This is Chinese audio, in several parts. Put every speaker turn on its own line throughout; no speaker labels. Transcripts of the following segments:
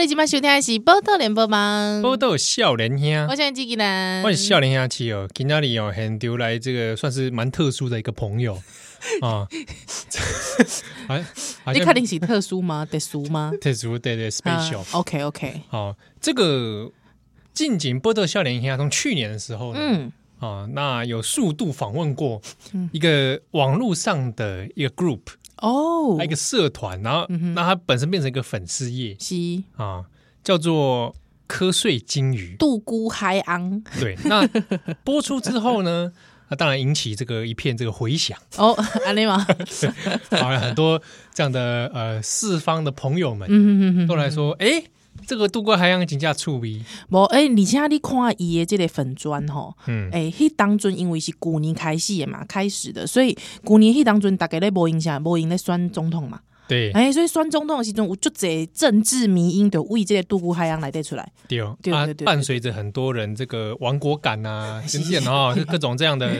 你今晚收听的是《报道联播网》，
波豆笑脸兄
嗯我，现在自己人，
我是笑脸兄七哦，今天里哦很丢来这个算是蛮特殊的一个朋 友啊，好像好
你
像
看你啊是特殊吗？特殊 吗
特殊对对 special，
？OK OK，
好，这个近景波豆笑脸兄啊从去年的时候呢，
嗯，
啊，那有速度访问过一个网络上的一个 group，
哦嗯
还有一，个社团，然后那它本身变成一个粉丝页
是
啊，叫做瞌睡金鱼。
杜姑海昂
对，那播出之后呢， 那当然引起这个一片这个回 响，
哦， 安尼嘛，
好像很多这样的呃四方的朋友们
嗯嗯嗯，
都来说，哎、这个渡过海洋金价触鼻，
无诶，而且你看伊的这个粉砖吼，
嗯，
诶，迄当阵因为是旧年开始的嘛，开始的，所以旧年迄当阵大家咧无影响，无影咧选总统嘛，
对
诶，所以选总统的时阵有足侪政治迷因就为这个杜姑海洋来得出来，
对
对
啊
对对，对
伴随着很多人这个亡国 感啊，等等啊，各种这样的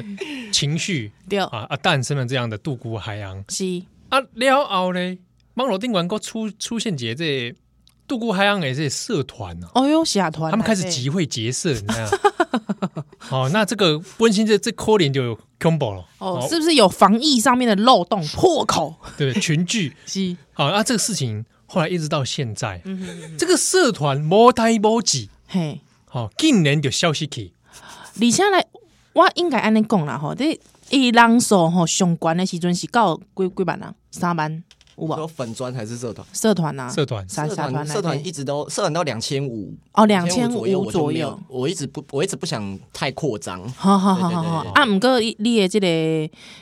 情绪
对，
啊啊，诞生了这样的渡过海洋
是，
啊，了后呢，网络顶管够出出现一个这个渡过海洋的这个社团啊。
哦哟，社团
他们开始
内底
集会结社，你知道吗？ 好，那这个温馨这这扣脸就有 combo 了
哦，是不是有防疫上面的漏洞破口？
对群聚。
是，
好，那这个事情后来一直到现在，
嗯
这个社团摸呆摸挤，
嘿，
好，竟然就消息起，
而且来，我应该安尼讲啦吼，这伊人数吼上悬的时阵是到几几万人，三万有
说
无？
粉砖还是社团？
社团啊，
社团
啥
社
社团
团
内
社团
底
一直都社团到两千五，
哦2500
2500左右我就
左
没有
右
我一直不我一直不想太扩张。
好好好
对
好
对对
好
对
啊！毋过伊你的即个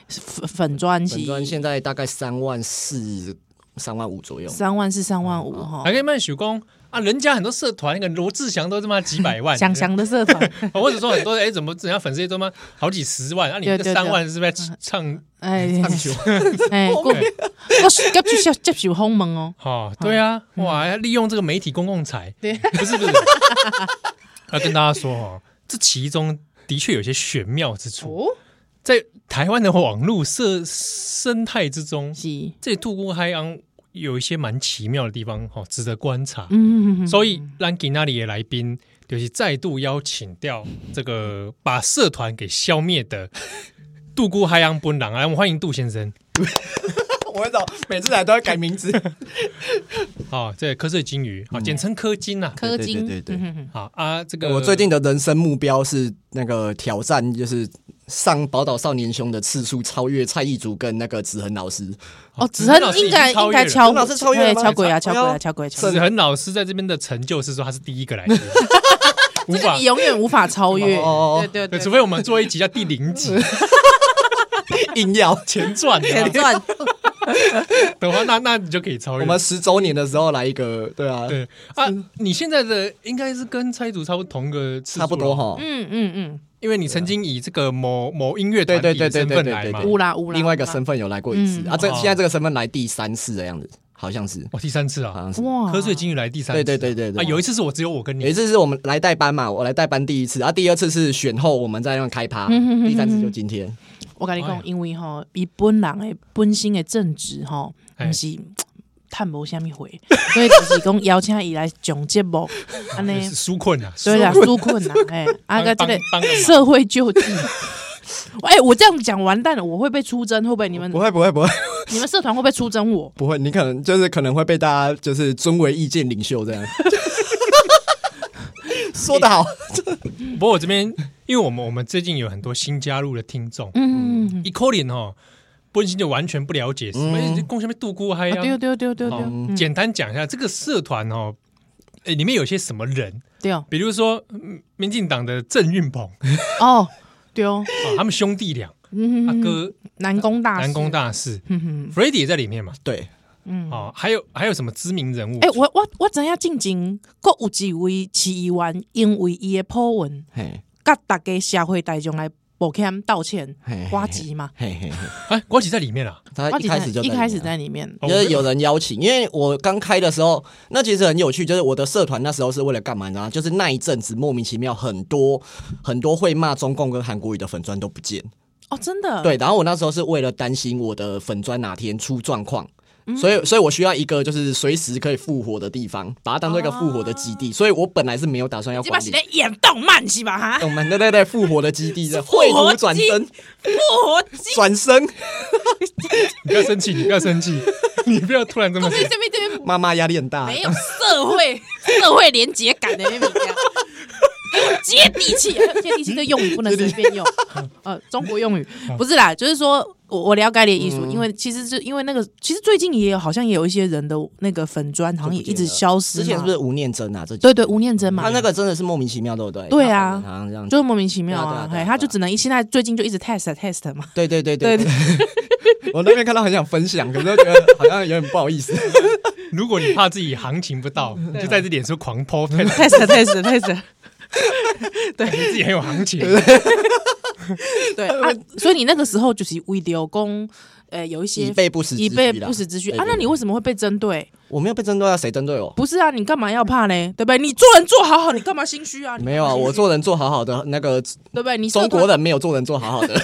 粉粉砖是
粉砖现在大概三万四、三万五左右。
三万是三万五吼
还，可以卖手工啊！人家很多社团，那个罗志祥都他妈几百 万，
想想的社团，
哦，或者说很多哎，怎么人家粉丝也都他妈好几十万，啊，你
对
这
对对嗯
三万是不是在唱
哎
唱球？
哎，我我是接受接受访问哦，
哦，对啊，哇，要利用这个媒体公共财，
嗯对
不是不 是，要跟大家说哦，这其中的确有些玄妙之处，
哦，
在台湾的网络社生态之中，
是，
这兔姑海洋有一些蛮奇妙的地方，哦，值得观察。
嗯，
所以，让给那里的来宾就是再度邀请掉这个把社团给消灭 的杜姑海洋本郎，来，我们欢迎杜先生。
我找每次来都要改名 字。
哦，这瞌睡金鱼，好、
嗯
简称科金呐、啊。
科
对对
金，
对对对
嗯哼哼
好啊，这个
我最近的人生目标是那个挑战，就是上宝岛少年兄的次数超越蔡义竹跟那个子恒老师。
哦，只恒应该应该
敲。
敲，
陈老师超越了吗
对敲鬼啊，敲
哎呦
鬼啊，敲鬼啊，敲
子
鬼啊，
恒老师在这边的成就是说他是第一个 来的，无法
啊你，永远无法超越。
哦，
对
对除非我们做一集叫第零 集
硬要。
前传的
前传
话的话，那那你就可以超越。
我们十周年的时候来一个，对啊，
对啊，你现在的应该是跟蔡祖差不多同个次数
差不多
了，
哈。
嗯嗯嗯，
因为你曾经以这个某某音乐团体的
对对对
身份来
对对
嘛
对。对
乌啦乌啦，
另外一个
有啦
身份有来过一次
嗯
啊，这
哦
现在这个身份来第三次的样子，好像是，
我第三次
好
啊，
像是。
哇，
瞌睡金鱼来第三次啊，
对对对对
啊，
对。
有一次是我只有我跟
有一
你，
次是我们来代班嘛，我来代班第一次，啊，第二次是选后我们在那边开趴，
嗯哼哼
第三次就今天。
我跟你
哎呀
讲，因为吼，伊本人的本身的正直吼，
哎
毋是探无虾米回，所以就是讲邀请伊来上节目，安尼
是。纾困啊，
对啦，纾困啦，哎，啊个这
帮
个
帮帮个忙
社会救济，哎，我这样讲完蛋了，我会被出征，会不会你们
不会不会不会
你们社团会不会出征我？
不会，你可能就是可能会被大家就是尊为意见领袖这样。 说得 好，
不过我这边，因为我们我们最近有很多新加入的听众，
嗯，嗯嗯
一扣脸哦，本身就完全不了解什么
嗯
贡献被度过还
啊对
要。
对对对对
哦
嗯
简单讲一下这个社团哦，诶，里面有些什么人？
对哦
比如说嗯民进党的郑运鹏，啊
哦对哦，
他们兄弟俩，
嗯
他
哼哼
哥
南工大，
南工，大士
嗯哼，
f r e d d y 也在里面嘛？
对，
嗯，
哦，还有还有什么知名人物？
哎、我我我知影进前阁有一位市议员，因为伊的破文，
嘿，
甲大家社会大众来抱歉道歉
嘿嘿，嘿
瓜吉嘛，
嘿嘿嘿，
哎，国企在里面啊，
他
瓜
一
吉
开始就
一
在
开
里
始
面啊
在里面，
哦
就是有人邀请，因为我刚开的时候，那其实很有趣，就是我的社团那时候是为了干嘛呢？就是那一阵子莫名其妙很多很多会骂中共跟韩国语的粉砖都不见，
哦，真的，
对，然后我那时候是为了担心我的粉砖哪天出状况。
嗯
所以所以我需要一个就是随时可以复活的地方，把它当做一个复活的基地。所以我本来是没有打算要
哦这把
管
是
理
在。演动漫是吧？哈，
我们对对对，复活的基地，
复活
绘图转
基
身，
复活机，
转身，
你不要生气，你不要生气，你不要突然这么
这边这边 这边
妈妈压力很大。
没有社会社会廉洁感的那种家。接地气，啊接地气这用语不能随便用。呃，中国用语
嗯
不是啦，就是说我我了解你的艺术，因为其实就因为那个，其实最近也有好像也有一些人的那个粉砖，好像也一直消失嘛。
之前是不是吴念真啊？这
对对，吴念真嘛
他，那个真的是莫名其妙，对不对？
对啊
他好像这样，
就是莫名其妙
对啊对
啊
啊，对啊
嘿，
对啊
他就只能现在最近就一直 test 啊 test 嘛。
对对对
对
对。对 我那边看到很想分享，可是又觉得好像有点不好意思。
如果你怕自己行情不到，你
啊
就在这脸书狂 抛，看你
，test 啊 test test，
自己很有行情。
对啊，所以你那个时候就是为了公，呃，有一
以
些
备不时之需
以
啦，
备不时之需
对
啊。那
对
你为什么会被针对？
我没有被针对啊，谁针对 我？
不是啊，你干嘛要怕嘞？对不对？你做人做好好，你干嘛心虚啊？你
没有啊，我做人做好好的，那个
对不对？你社
中
团
国，人没有做人做好好的，
你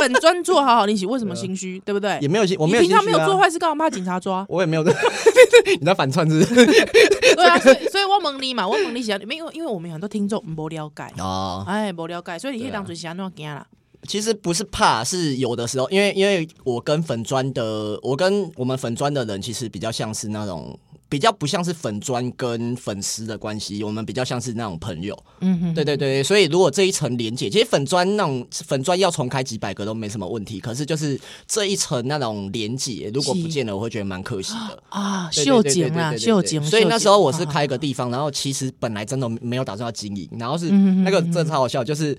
粉砖做好好，你为什么心虚？对不对
也？没有心，我
你
没有
平
心
常没
虚
有
啊？
做，坏事，干嘛怕警察抓
我也没有， 你在反串是不是？
对啊，所以所以我问你嘛，我问你想，没有，因为我们有很多听众不了解，
哦，
哎，不了解，所以你那当初是安怎啊惊啦？
其实不是怕，是有的时候，因为因为我跟粉砖的，我跟我们粉砖的人其实比较像是那种。比较不像是粉砖跟粉丝的关系，我们比较像是那种朋友，
嗯哼，
对对对，所以如果这一层连接，其实粉砖那种粉砖要重开几百个都没什么问题，可是就是这一层那种连接，如果不见了，我会觉得蛮可惜的。
啊，
对
秀景啦，
对对对对对对
秀景，
所以那时候我是开
秀景啊
个地方，然后其实本来真的没有打算要经营，然后是
嗯嗯嗯
那个真的超好笑，就是。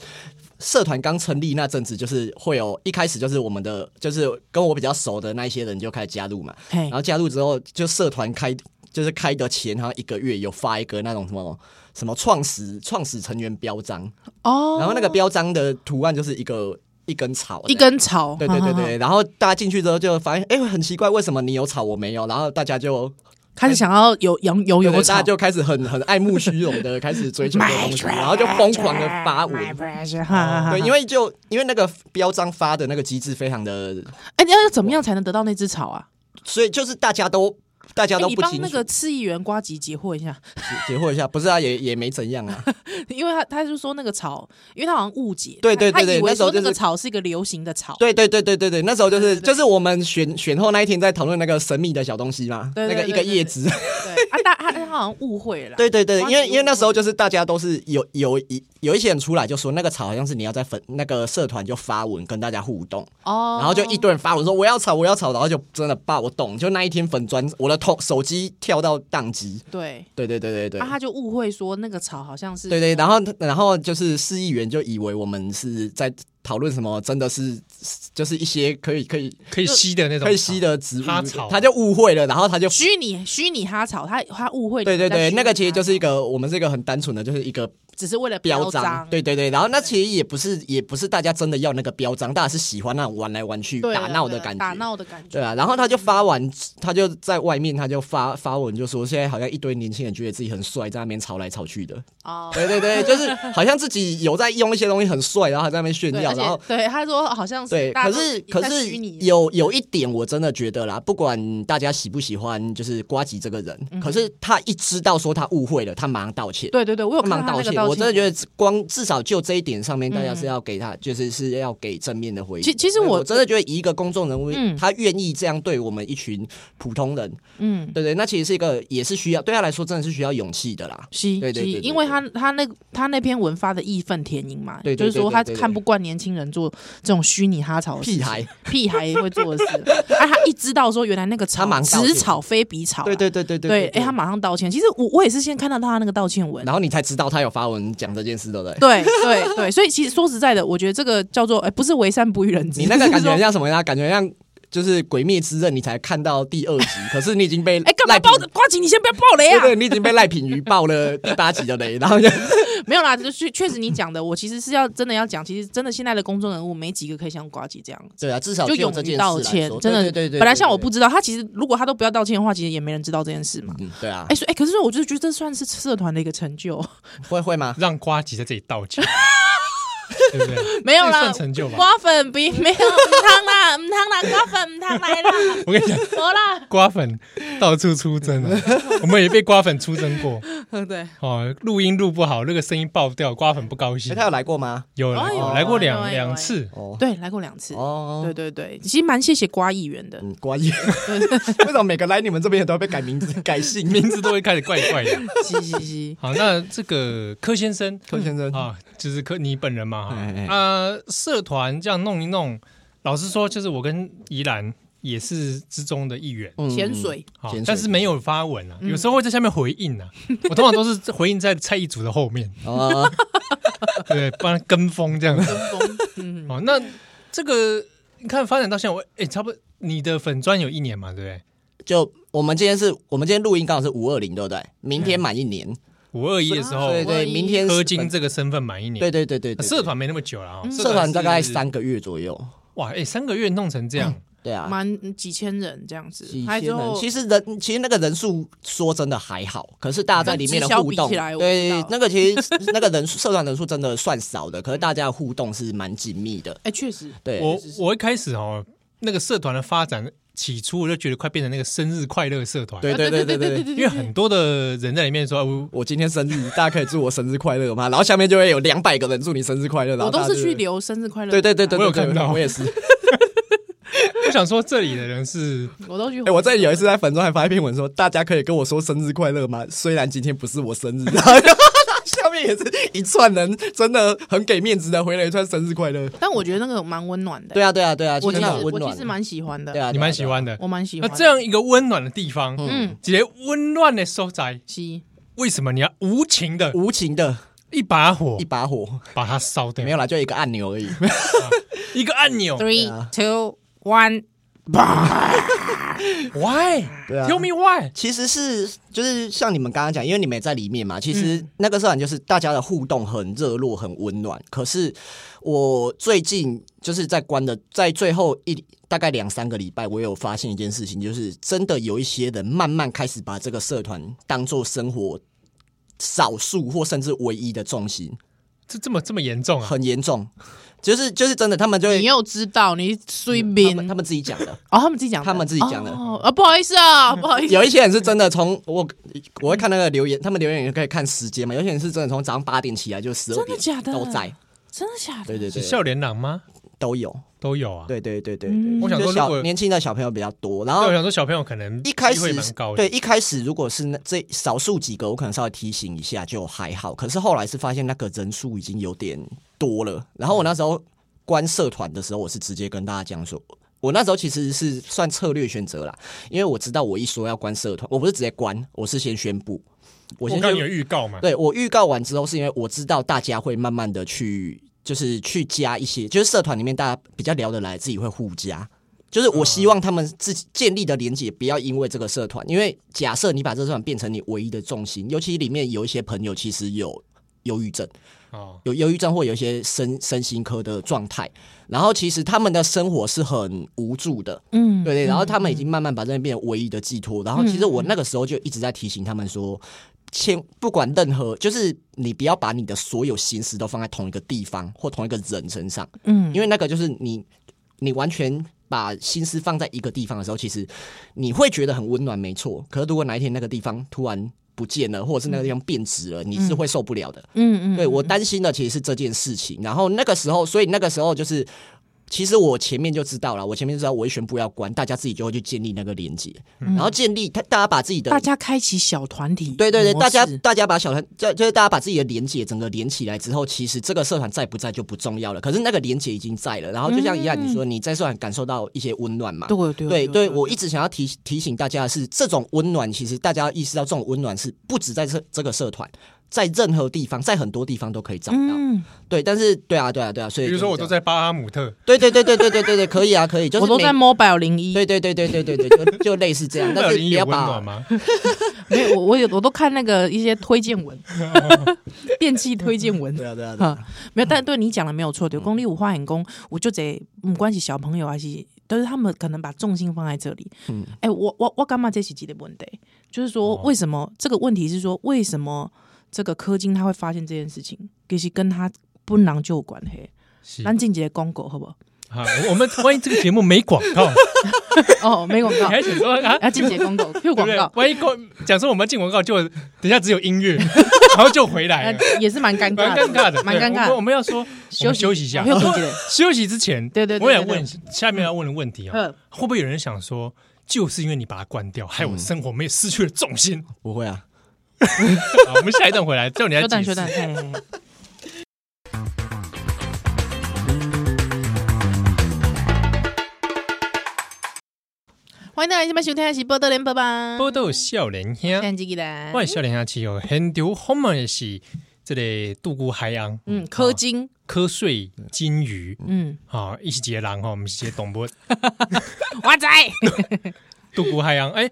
社团刚成立那阵子，就是会有一开始就是我们的，就是跟我比较熟的那一些人就开始加入嘛，
嘿
然，后加入之后，就社团开就是开的前好像一个月有发一个那种什么什么创始创始成员标章，
哦，
然后那个标章的图案就是一个一根草这
一
样，
根草，
对对对
哈，哈哈
对，然后大家进去之后就发现，哎、很奇怪，为什么你有草我没有？然后大家就
开始想要有有有
对
哦有
对
个
大
草
家，就开始很很爱慕虚荣的开始追求这个东西，
啊
然后就疯狂的发文。
哈哈哈。
对，因
为
为就因为那个标章发的那个机制非常的，
哎，你要怎么样才能得到那只草啊？
所以就是大家都大家
哎
都
你
不
帮
清
那
楚
个。市议员瓜吉解惑一下，
解惑一下，不是啊，也也没怎样啊。
因为他他就说那个草，因为他好像误解，
对对
他
对对
他以为
那时候
说
就
那
是
个草是一个流行的草，
对对对对对对，那时候 就是就是我们选选后那一天在讨论那个神秘的小东西嘛，
对
那
对
个一
对
个
对
叶
对
子。
对啊，大他他好像误会了啦，
对对对，
花
因为
旗
因为那
路
时候就是大家都是有有一有一些人出来就说那个草好像是你要在粉那个社团就发文跟大家互动，
哦，
然后就一堆人发文说我要草我要草，然后就真的爆动，就那一天粉砖我的头手机跳到宕机，
对，
对对对对对
啊，。他就误会说那个草好像是
对对，然后然后就是市议员就以为我们是在讨论什么，真的是就是一些可以可以
可以吸的那种，
可以吸的植物
哈草，
他就误会了，然后他就
虚拟虚拟哈草，他他误会你
对对
在啊
对，
虚拟
那个其实
哈
就是一
草
个我们是一个很单纯的，就是一个
只是为了
标
章
章，，对对对，然后那其实也不是也不是大家真的要那个标章，大家是喜欢那种玩来玩去
对
打
啊
闹
对
的
啊
感
打
觉。
闹的感觉，
对啊，然后他就发完，他就在外面，他就发发文，就说现在好像一堆年轻人觉得自己很帅，在那边吵来吵去的。
哦，
对对对， 就是好像自己有在用一些东西很帅，然后还在那边炫
对，
耀，
而
然后
且对他说好像
对，
大家
可
都
是
一
可
在
是
虚拟的
有有一点我真的觉得啦，不管大家喜不喜欢，就是瓜吉这个人，可是他一知道说他误会了，他马上道歉。
嗯对对对，我有
帮
看到
忙
他那
道
个
歉，
道
我真的觉
得。
得光至少就这一点上面，大家是要给他，就是是要给正面的回应。
其其实我
真的觉得以一个公众人物，
嗯
他愿意这样对我们一群普通人，
嗯，
对对，那其实是一个也是需要对他来说真的是需要勇气的啦。
是，
对
是
对对对
因为
对
他他那他那篇文发的义愤填膺嘛，
对对
就是
对
说
对
他
对对
看不惯年轻人做这种虚拟哈草的事
屁
情
孩，
屁孩也会做的事，啊，他一知道说原来那个草
他马上道
此
歉
草非彼草啊，
对对对对
对，哎，他马上道歉。其实我我也是先看到他那个道歉文，
然后你才知道他有发文讲这件事，对 不
对
对？
对对，所以其实说实在的，我觉得这个叫做哎，不是为善不欲人知，
你那个
就是
感觉
说
像什么呀？感觉像就是《鬼灭之刃》，你才看到第二集，可是你已经被
哎，干嘛
赖品
包着瓜吉？你先不要爆雷
对
啊！
对，你已经被赖品鱼爆了第八集的雷，然 后就
没有啦，就是确实你讲的，我其实是要真的要讲，其实真的现在的公众人物没几个可以像瓜吉这样，
对啊，至少
就
有
勇
这件
于
事
道
来
歉
说，
真的
对对对对，
本来像我
对
不知道，他其实如果他都不要道歉的话，其实也没人知道这件事嘛。
嗯对啊
哎、，所以哎、可是我就觉得这算是社团的一个成 就，
哎会会吗？
让瓜吉 在这里道歉，对不对？
没有
这
啦
算，成就吧？
瓜粉比没有汤啦，啦，唔通啦，瓜粉唔通来啦，
我跟你讲，
无 啦，
瓜粉到处出征啊，我们也被瓜粉出征过。
对，
哦，录音录不好，那个声音爆掉，瓜粉不高兴
哎，。他有来过吗？
有
哦
来
有啊
来过
有啊
两
有啊
两次，
哦
对，来过两次，
哦，
对对对，其实蛮谢谢瓜议员的，
嗯，瓜爷，为什么每个来你们这边的都要被改名字、改姓 名
名？字都会开始怪怪的。
嘻嘻嘻，
好，那这个柯先生，
柯先生
啊，就是柯你本人嘛，
哎哎哎
哈啊，社团这样弄一弄，老实说，就是我跟宜兰也是之中的一员。
嗯
潜，水，
好
潜水
但是没有发文啊，有时候会在下面回应啊。我通常都是回应在蔡一组的后面，
嗯哦，
对，不然跟风这样子。
跟风，嗯，
哦，那这个你看发展到现在，我哎、差不多你的粉砖有一年嘛，对
就我们今天是我们今天录音刚好是五二零，对不对？明天满一年，
不对？五二一的时候，
对对，嗯
521
明天是
柯金这个身份满一年。
对对对对对，对
社团没那么久了啊、哦，
社团
是
大概三个月左右，
哇，哎、三个月弄成这样，
对啊，
蛮嗯几千人这样子
几，
还
千
之
人，
后
其实人其实那个人数说真的还好，可是大家在里面的互
跟直销
动，
比起来我
对
知道
那个其实 那个人数社团人数真的算少的，可是大家的互动是蛮紧密的。
哎，确实，
对，
我我一开始哦，那个社团的发展，起初我就觉得快变成那个生日快乐社团，
对
啊对
对对
对
对
对对，
因为很多的人在里面说，啊我
我今天生日，大家可以祝我生日快乐吗？然后下面就会有两百个人祝你生日快乐，然
我
后大
都
家
是
就
去留生日快乐，
对对对对，对
我有
对
看到
我也 是。
我想说这里的人是
我都去回，
哎，我这里有一次在粉中还发一篇文说，大家可以跟我说生日快乐吗？虽然今天不是我生日。 然后下面也是一串人，真的很给面子的，回了一串生日快乐。
但我觉得那个蛮温暖的，
对啊，对啊，对啊，
我
其
其
实
实
很温
我
暖
其实。蛮喜欢
对
的，
啊，
你
对啊
蛮喜。欢的。
我蛮喜
那
欢，
这，样一个温暖的地方，
嗯，
一个温暖的所在，
是，
为什么你要无情的
无情的
一把火
一把火，
把它烧掉？
没有啦，就一个按钮而已。
一个按钮
Three,
啊
two, one。
对啊
，Why？Tell me why？
其实是就是像你们刚刚讲，因为你们也在里面嘛，其
嗯
实那个社团就是大家的互动很热络、很温暖。可是我最近就是在关的，在最后一大概两三个礼拜，我有发现一件事情，就是真的有一些人慢慢开始把这个社团当做生活少数或甚至唯一的重心，
这这么这么严重啊？
很严重。就是就是真的，他们就会
你又知道你随
他
便
们他们自己讲的，
哦，他们自己讲的，
他们自己讲的
哦啊，不好意思啊，不好意思，
有一些人是真的从我我会看那个留言，他们留言也可以看时间嘛。有些人是真的从早上八点起来就十二
真
点
的假的
都在，
真的假的？
对对
是
对，
笑脸郎吗？
都有，
都有啊。
对对对对。
嗯
我想
就
说，如
小
果
年轻的小朋友比较多，然
对
后
我想说小朋友可能
一开
机会蛮
始
高
对
的，
一开始如果是那这少数几个，我可能稍微提醒一下就还好。可是后来是发现那个人数已经有点多了，然后我那时候关社团的时候，我是直接跟大家讲说。我那时候其实是算策略选择啦，因为我知道我一说要关社团，我不是直接关，我是先宣布，我
我
先
刚刚
宣
有预告嘛，
对我预告完之后，是因为我知道大家会慢慢的去，就是去加一些，就是社团里面大家比较聊得来，自己会互加。就是我希望他们自己建立的连接，不要因为这个社团，因为假设你把这个社团变成你唯一的重心，尤其里面有一些朋友其实有忧郁症，
哦，
有忧郁症或有一些身身心科的状态，然后其实他们的生活是很无助的，
嗯，
对对，然后他们已经慢慢把这边变成唯一的寄托。然后其实我那个时候就一直在提醒他们说，千不管任何，就是你不要把你的所有心思都放在同一个地方或同一个人身上，
嗯
因为那个就是你，你完全。把心思放在一个地方的时候，其实你会觉得很温暖，没错。可是如果哪一天那个地方突然不见了，或者是
嗯
那个地方变质了，你是会受不了的。
嗯嗯，
对我担心的其实是这件事情。然后那个时候，所以那个时候就是，其实我前面就知道了，我前面就知道我一宣布要关，大家自己就会去建立那个连接，
嗯
然后建立他大家把自己的
大。家开启小团体模式，
对对对，大家大家把小团，就就是大家把自己的连接整个连起来之后，其实这个社团在不在就不重要了。可是那个连接已经在了，然后就像一样，你说你在社团感受到一些温暖嘛？
嗯对对
对对，我一直想要提提醒大家的是，这种温暖其实大家要意识到，这种温暖是不止在这这个社团，在任何地方，在很多地方都可以找到。
嗯，
对，但是对啊，对啊，对啊，所以
比如说我都
就是
在巴哈姆特，
这样，对对对对对对对对，可以啊，可以，就是
我都
每
在 Mobile 零一，
对对对对对对对，就就类似这 样，但
二
是
零一
不
有
要
温暖
把
吗？
没有我我有我都看那个一些推荐 文，电器推荐文，
对啊对啊对啊，
哈，没有，
嗯
但对你讲的没有错，对，公立五花很公，我就得不管是小朋友还是，都是他们可能把重心放在这里。嗯，哎、我我我干嘛这几集的问题？就是说，
哦
为什么、这个问题是说，为什么这个柯金他会发现这件事情，其实跟他不能就有关系。
是
咱进一个公狗好不好？
啊，我我们万一这个节目没广告，
哦，没广
你
告，
还想说啊？
要进节公告，Q 呃
对不
广
对
告？，
万一广讲说我们要进广告，就等一下只有音乐， 然后就回来
那
了，
也是蛮尴
蛮
尬
尴尬的，
哎蛮尴
对
尬
我们我
的。
们要说我们休息一下，
休息一下
休息之前，
对对对
我也
对对
问下面要问的问题哦
嗯，
会不会有人想说，就是因为你把它关掉，害我生活没有失去了 重心？
不会啊，
好，我们下一段回来，叫你来
休蛋
解
休
释
蛋，嘿嘿嘿欢迎大家今晚收听的是《波多连播吧》，
波豆笑脸
现
兄，
在几个人
我？的笑脸兄其实有很多好嘛的是这个杜姑海洋，
嗯，氪金，
哦
瞌睡金鱼
嗯，
啊，一起接狼哈，我们接动物
哇仔，
杜姑海洋，哎，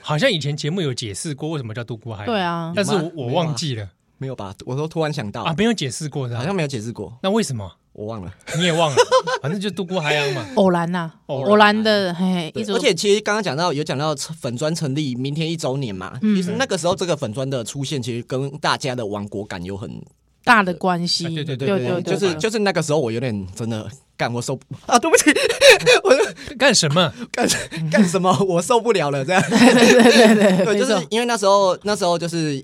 好像以前节目有解释过为什么叫杜姑海洋，
对，啊，
但是
有
我
吗
我忘记了
没有吧？我都突然想到，
啊，没有解释过是
好
吧？
像没有解释过，
那为什么
我忘了。
你也忘 了？反正就杜姑海洋嘛，
偶然呐，
偶然
偶然的，嘿，
对
一直
而且其实刚刚讲到有讲到粉砖成立明天一周年嘛，
嗯
其实那个时候这个粉砖的出现，其实跟大家的亡国感有很
大的关系
哎
啊，对对对
对
对
对，
就
对
是
对
就是那个时候我有点真的干我受不 啊，对不起，我
干什 么？
干干什么我受不了了这 样，对，就
没
是
错
因为那时候那时候就是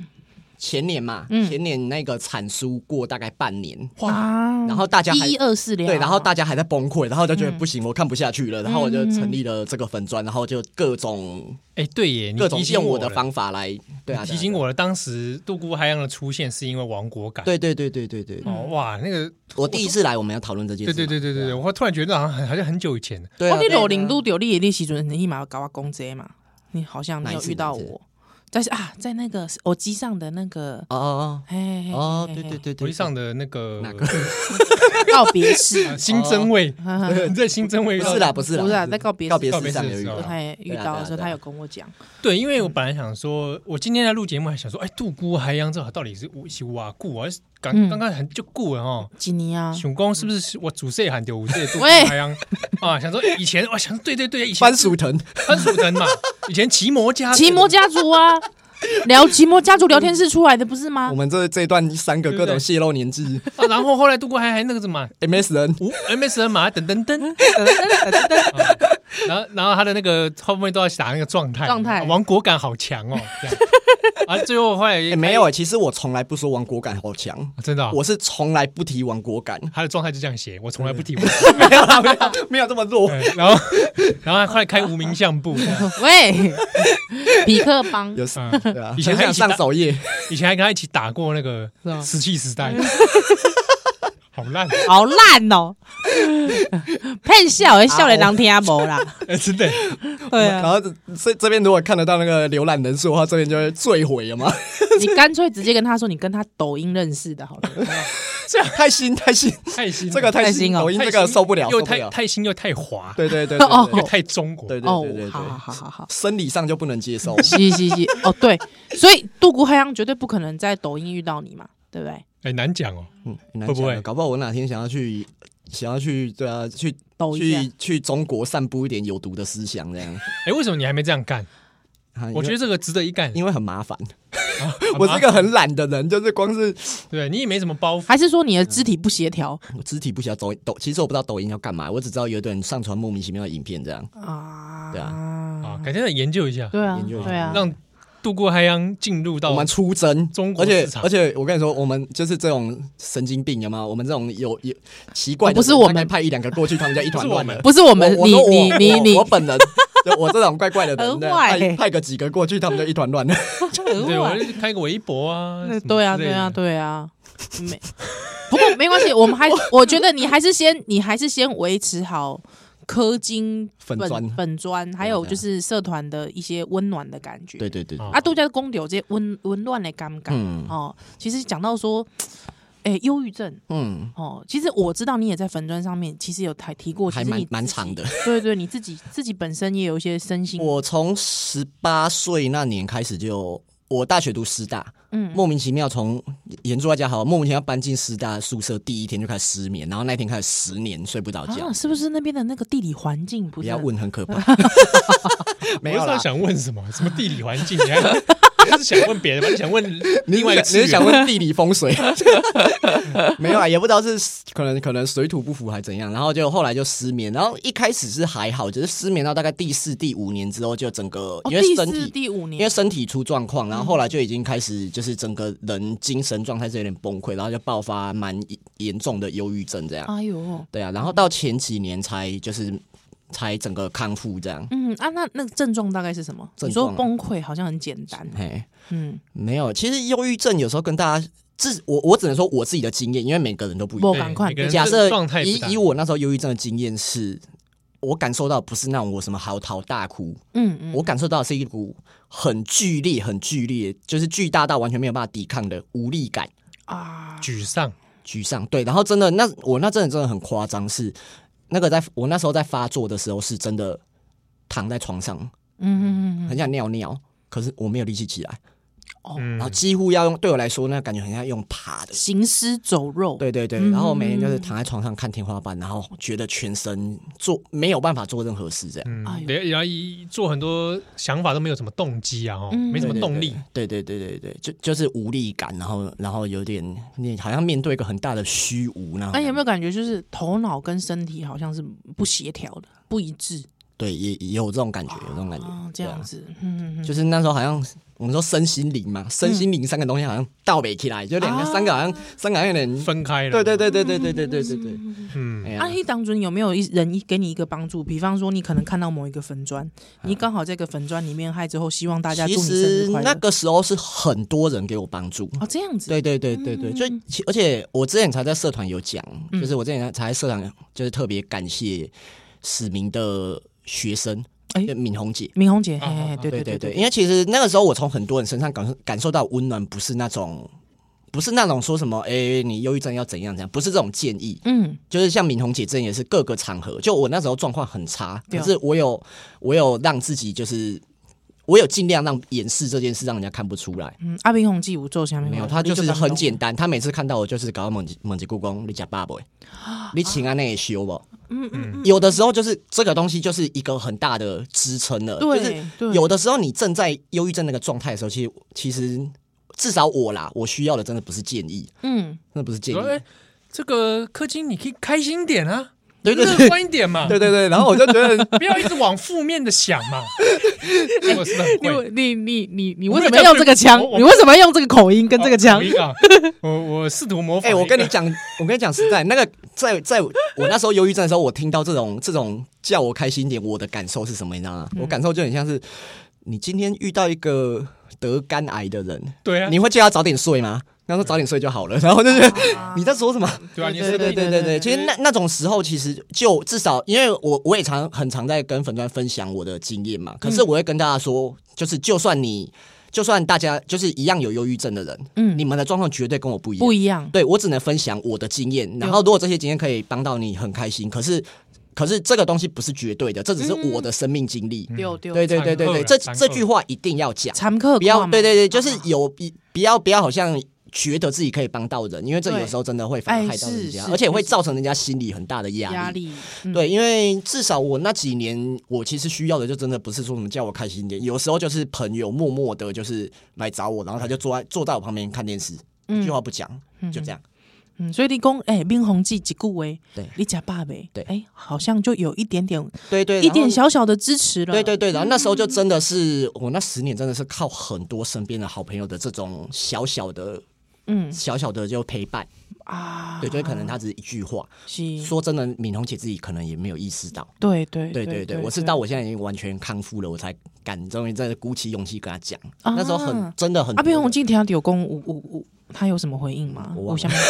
前年嘛，
嗯
前年那个产书过大概半年，
哇
啊然后大家还
一二啊嗯四两，
对，然后大家还在崩溃，然后就觉得不行，我看不下去了，然后我就
嗯
成立了这个粉砖，然后就各种
哎，对耶，你
各种
提醒
用我
了
的方法来，对啊，
提醒
我，
我了，当时杜姑海洋的出现是因为亡国感。
对啊对对对对对，
哦，哇，那个，
我第一次来我们要讨论这件
对
事，
对对对对对，我突然觉得好像很好像很久以前了。
啊对啊，
哦，你
对啊
老领路丢你的时阵，你立马搞我公这嘛，你好像没
哪一
有
次
遇到
哪一次
我，但是啊，在那个耳机上的那个，
哦哦
嘿嘿
哦哦，
嘿
对
嘿
对对对，
回
对
上的那个
哪个
告别式，
呃 新增位，
哈哈
你 在新增位
哦不是啦，不是啦，
不是啊在告别
告别
告别
式上
式的
有遇
时候
到
啊
他也遇
对啊
到
对啊
的时候，
对啊
他有跟我讲，
对，因
嗯
为我本来想说，我今天在录节目还想说，哎，杜姑海洋这到底是五是瓦固啊？刚
嗯
刚刚很就固了哦。
吉尼啊，
熊公是不是
嗯
我祖辈喊的五岁杜姑
喂
海洋啊？想说哎以前，我想对对对，以前
番 薯藤，
番薯藤嘛，以前奇摩家
奇摩家族啊， 聊奇摩家族聊天室出来的不是吗
我？们这这一段三个
对
各
不对
种泄露年纪哎
啊然后后来杜姑还还那个什么
，MSN
五 MSN 嘛，等等等，
嗯
啊然后然后他的那个后面都要打那个状态，啊
状态
亡国感好强哦。这样啊，最后后来
哎没有，其实我从来不说亡国感好强，
真的哦，
我是从来不提亡国感，
他的状态就这样写，我从来不提我。
没有啦，没有没有这么弱，
对 然后然后还快开无名相簿，
喂， 匹克帮
有是
嗯
对啊，
以前
很想上首页，
以前还跟他一起打过那个
是啊嗯吗
石器时代， 好烂，
好烂哦，骗
啊
笑的笑脸人听无啦，
哎真的。
对
然
啊，
后这这这边如果看得到那个浏览人数的话，这边就会坠毁了嘛，
你干脆直接跟他说，你跟他抖音认识的好了，
太新太新，
太新了，
这个
太
太
新
新，
哦
抖音
太
这
新
个受不了，
又
受不
太
了，
太新又太滑，
对对对
哦
对
又太中国。
对对
哦
对对，
好
对
好，好好 好。
生理上就不能 接受，
是是是，哦对，所以杜谷海洋绝对不可能在抖音遇到你嘛，对不对？
哎，难讲哦。
嗯，很难
会不
讲
会
啊搞不好我哪天想要去，想要去，对啊，去
抖音
去去中国散布一点有毒的思想，这样。
哎，为什么你还没这样干？
啊因为
我觉得这个值得一干。
因为很麻烦，
啊
我是个很懒的人，就是光是
对你也没什么包袱。
还是说你的肢体不协调
我肢体不晓得抖抖，其实我不知道抖音要干嘛，我只知道有点上传莫名其妙的影片这样。
哦
啊？
嗯对
啊
啊，
改天再研究一下，
对啊
研究一，下
对啊，
让渡过海洋进入到
我们出征
中国
而且
市场
而且我跟你说，我们就是这种神经病，有吗？我们这种有有奇怪的
哦
人，
不是我们
大概派一两个过去，他们就一
不
团
是我
乱
们
了。
不是我们，
我
你
我
你
我
你你
我本人，就我这种怪怪的人，
很
对
坏欸
派派个几个过去，他们就一团乱了。
对，我就开个微博啊，什么
对啊
之
对
类的
啊，对啊，没，不过没关系，我们还我觉得你还是先你还是先维持好。氪金
粉砖
粉砖，还有就是社团的一些温暖的感觉。
对对对，
啊
啊，度假的公有这些温温暖的感觉。
哦嗯
哦，其实讲到说，哎、忧郁症
嗯，
哦，其实我知道你也在粉砖上面，其实有提提过，
还
其实
蛮
你
蛮长的。
对对，你自己自己本身也有一些身心，
我从十八岁那年开始就，我大学读师大，
嗯
莫名其妙从严住在家好，莫名其妙搬进师大宿舍，第一天就开始失眠，然后那天开始十年睡不着觉。
啊，是不是那边的那个地理环境不
不
是
要
很？
问，很可怕。没有
我是
啦，
想问什么？什么地理环境？你还你是 想问别人吗？你想问另外一
你
个
是
次
你是想
元？
问地理风水？ 没有啊，也不知道是可能可能水土不服还怎样，然后就后来就失眠，然后一开始是还好，只是失眠到大概第四第五年之后，就整个因为
哦第
身
四、
体。
第五
因为
年，
身体出状况，然后后来就已经开始，就是整个人精神状态是有点崩溃，然后就爆发蛮严重的忧郁症这样。
哎呦，
对啊，然后到前几年才就是才整个康复这样。
嗯啊，那那个症状大概是什么？
症
你说
状啊
崩溃好像很简单，
嘿，
嗯，
没有，其实忧郁症有时候跟大家自我我只能说我自己的经验，因为每个人都不一样
不。赶快
每个人
假设
状态不
以
大
以我那时候忧郁症的经验是，我感受到不是那种我什么嚎啕大哭，
嗯嗯，
我感受到的是一股很剧烈、很剧烈，就是巨大到完全没有办法抵抗的无力感、
啊，
沮丧，
沮丧。对，然后真的那我那真的真的很夸张，是那个在我那时候在发作的时候，是真的躺在床上，
嗯嗯嗯嗯，
很想尿尿，可是我没有力气起来，然后
嗯，
几乎要用对我来说，那感觉很像用爬的。
行尸走肉，
对对对，
嗯
然后每天就是躺在床上看天花板，然后觉得全身做没有办法做任何事这样。
哎呦
嗯，对，然后一做很多想法都没有什么动机啊，哦，
嗯
没什么动力，
对对对对对，就就是无力感，然后然后有点你好像面对一个很大的虚无，然后
那有没有感觉就是头脑跟身体好像是不协调的、不一致
对也也有这种感觉，有这种感觉，
啊？这
对啊
样子，嗯嗯嗯，
就是那时候好像我们说身心灵嘛，身心灵三个东西好像倒背起来，就两个
啊
三个好像三个好像有点，
分开了，
对对，对对对对对对对对，
嗯
哎，
啊，
呀，
黑当中有没有一人一给你一个帮助？比方说，你可能看到某一个粉砖，你刚好这个粉砖里面嗨之后，希望大家祝
其
你生日
实
快
那
乐。
个时候是很多人给我帮助，
哦，这样子，嗯
对对对对对，就其而且我之前才在社团有讲，就是我之前才在社团就是特别感谢史明的学生，
哎
就敏红姐。
明红姐，
啊
嘿嘿，
啊
对
对
对
对对，
对，
因为其实那个时候我从很多人身上感受感受到温暖，不是那种。不是那种说什么，哎、你忧郁症要怎样怎样，不是这种建议，
嗯，
就是像敏红姐之前也是各个场合，就我那时候状况很差，
对
可
啊
是我有我有让自己就是，我有尽量让掩饰这件事，让人家看不出来。
嗯，阿明红记五咒下面
没有，他就是很简单。他每次看到我就是搞猛猛子故宫，你假爸爸，你请安那也修不？
嗯
嗯
有的时候就是这个东西就是一个很大的支撑了，
对
就是
对
有的时候你正在忧郁症那个状态的时候，其实其实至少我啦，我需要的真的不是建议，
嗯，
真的不是建议
说，哎，这个氪金你可以开心一点啊，
对对
乐观一点嘛，
对对对。然后我就觉得
不要一直往负面的想 嘛，结果是很
你
会。
你你你你
我
为
没有
什么要用这个腔
我？我
你为什么要用这个口音跟这个腔
哦我？一个我我试图模
哎、
仿。
我跟你 讲，我跟你讲实在，那个在在我那时候忧郁症的时候，我听到这种这种叫我开心一点，我的感受是什么？你知道吗？
嗯
我感受就很像是你今天遇到一个得肝癌的人，
对啊，
你会叫他早点睡吗？他说早点睡就好了，然后就是、你在说什么？
对啊，
嗯
你
啊 对
是
对对对对，其实那那种时候，其实就至少，因为我我也常很常在跟粉砖分享我的经验
嗯
嘛。可是我会跟大家说，就是就算你，就算大家就是一样有忧郁症的人，
嗯
你们的状况绝对跟我不一样
不。一样，
对我只能分享我的经验，然后如果这些经验可以帮到你，很开心。可是，可是这个东西不是绝对的，这只是
嗯
我的生命经历。
丢丢，
对对对对
残
对，
酷
这
啦残酷
这句话一定要讲，
常客
不要
嘛
对对对，就是有不不要不要好像。觉得自己可以帮到人，因为这
对
有时候真的会反而
哎
害到人家
是，是
而且会
是
造成人家心里很大的压力。
压力，嗯，
对，因为至少我那几年，我其实需要的就真的不是说什么叫我开心一点，有时候就是朋友默默的，就是来找我，然后他就坐在坐在我旁边看电视，一句话不讲，就这样。
嗯，所以你讲，哎、冰红记几顾威，
对
你假爸呗，
对
哎、好像就有一点点，
对对，
一
然后
点小小的嗯支持了，
对对对，然后那时候就真的是我那十年真的是靠很多身边的好朋友的这种小小的、
嗯
小小的就陪伴，
啊，
对，就是可能他只是一句话，
是，
说真的，敏红姐自己可能也没有意识到。
对对
对对对，我是到我现在已经完全康复了，我才敢终于真的鼓起勇气跟他讲。
啊
那时候很真的很
阿
多
啊冰
人
红记听有公五五五，他有什么回应吗？
我忘了
下面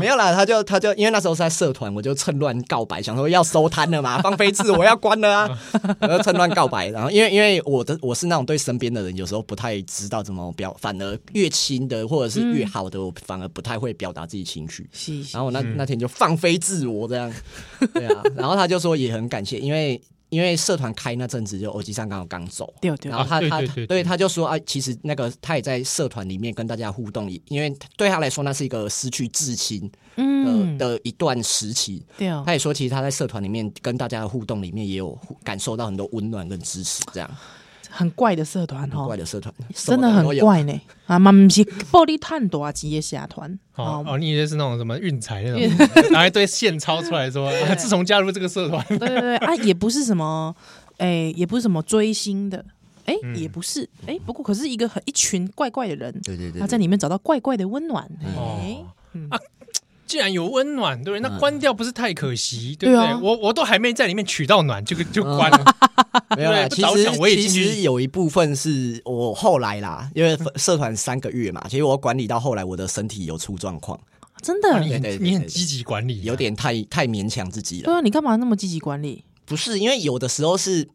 没有啦，他就他就因为那时候是在社团，我就趁乱告白，想说要收摊了嘛，放飞自我要关了啊，我就趁乱告白。然后因为因为我的我是那种对身边的人有时候不太知道怎么表，反而越亲的或者是越好的，我反而不太会表达自己情绪。
是是
然后我那那天就放飞自我这样，对啊。然后他就说也很感谢，因为因为社团开那阵子就欧吉上刚好刚走，
对对
然后他
啊对
他
对
他
对
对他就说啊，其实那个他也在社团里面跟大家互动，因为对他来说那是一个失去至亲的
嗯，
的一段时期。
对哦
他也说，其实他在社团里面跟大家的互动里面也有互感受到很多温暖跟支持，这样
很怪的社团
哦
哈
怪，的 社团，
真的很
怪。
怪呢。啊，嘛不是暴力探大钱的社团，
哦
哦，
哦，你以为是那种什么运财那种， 拿一堆线抄出来 说，啊自从加入这个社团，
对对对啊，也不是什么，哎，也不是什么追星的，哎，
嗯
也不是，哎，不过可是一个很一群怪怪的人，
对对对嗯
他在里面找到怪怪的温暖，哎
哦，啊，既然有温暖，对不对？那关掉不是太可
嗯
惜，对
对
不对
啊？
我我都还没在里面取到暖，就就关了。
没有啦，
对不
其
早
实
讲我也
其
进去
实有一部分是我后来啦，因为社团三个月嘛，其实我管理到后来，我的身体有出状况，
真的，
啊你
对对对
很
对
你很积极管理，啊
有点太太勉强自己了。
对啊，你干嘛那么积极管理？
不是因为有的时候是，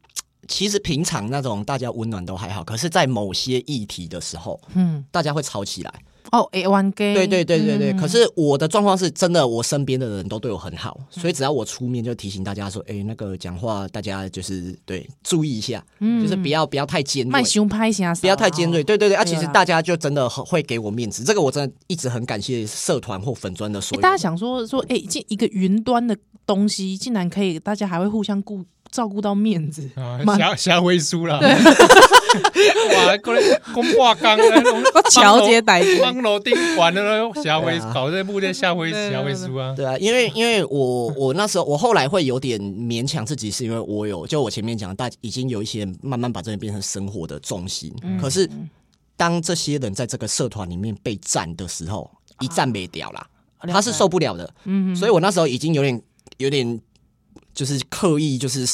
其实平常那种大家温暖都还好，可是，在某些议题的时候，
嗯，
大家会吵起来。
哦，A one gay，
对对对对对。
嗯
可是我的状况是真的，我身边的人都对我很好，所以只要我出面就提醒大家说，哎、那个讲话大家就是对注意一下，就是不要不要太尖锐
卖。胸拍啥，
不要太尖锐，
嗯哦。
对对对，啊，
对
其
啊
实大家就真的很会给我面子，这个我真的一直很感谢社团或粉砖的所
哎，
有
大家
人。
想说说，哎，这一个云端的东西，竟然可以，大家还会互相顾照顾到面 子，
啊，
蛮
瞎瞎威输啦。 哇，过来公挂缸， 我
乔姐歹 毒
帮楼顶完了，瞎威
对啊
搞这部队瞎威
对对
瞎威输啊。
对啊，因为因为我我那时候我后来会有点勉强自己，是因为我有就我前面讲，大已经有一些人慢慢把这个变成生活的重心。可是当这些人在这个社团里面被占的时候，一占没掉啦，
解
他是受不了的。嗯，所以我那时候已经有点有点就是刻意就是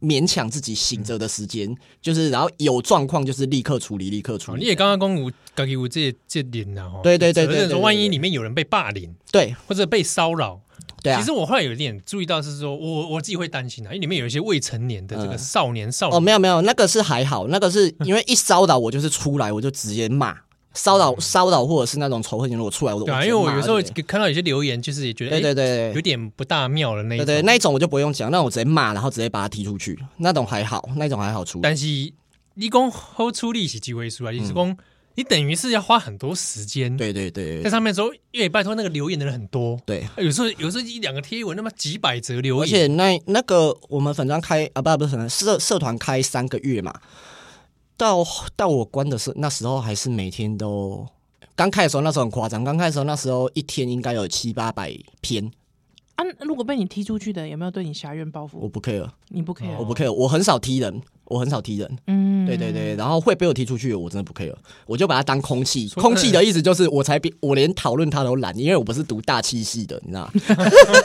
勉强自己醒着的时间，就是然后有状况就是立刻处理，立刻处
哦，你
理。
也刚刚公我刚给我这这点了哈。
对对对对对
责任
对
说
对
万一里面有人被霸凌
对
或者被骚扰，
对啊
其实，我后来有一点注意到是说，我我自己会担心啊，因为里面有一些未成年的这个
嗯
少年少
哦，
女
没有没有，那个是还好，那个是
嗯
因为一骚扰我就是出来，我就直接骂骚扰骚扰或者是那种仇恨言论，我出来我就
嗯对啊，
我
因
直接
为我
骂
有时候
对
看到有些留言，就是也觉得
对对
诶
对
有
对。
点不大妙的那一
对
种。
对，那一种我就不用讲，那我直接骂，然后直接把他踢出去，那种还好，那种还好处理。
但是你讲后出力是机会数啊，你是讲你等于是要花很多时间
嗯对对对
在
对
上面的时候，因为拜托那个留言的人很多，
对，
有时候有时候一两个贴文，那么几百则留
而
言，
且那那个我们粉专开啊，不不是粉专社社团开三个月嘛，到到我关的时候那时候还是每天都刚开的时候那时候很夸张，刚开的时候那时候一天应该有七八百篇，
啊，如果被你踢出去的，有没有对你侠怨报
我哦
复？
不 care，
你不 care，
我不 care，我很少踢人，我很少踢人。
嗯，
对对对，然后会被我踢出去，我真的不 care，我就把它当空气。
说
空气的意思就是，我才比我连讨论它都懒，因为我不是读大气系的，你知道吗？ 对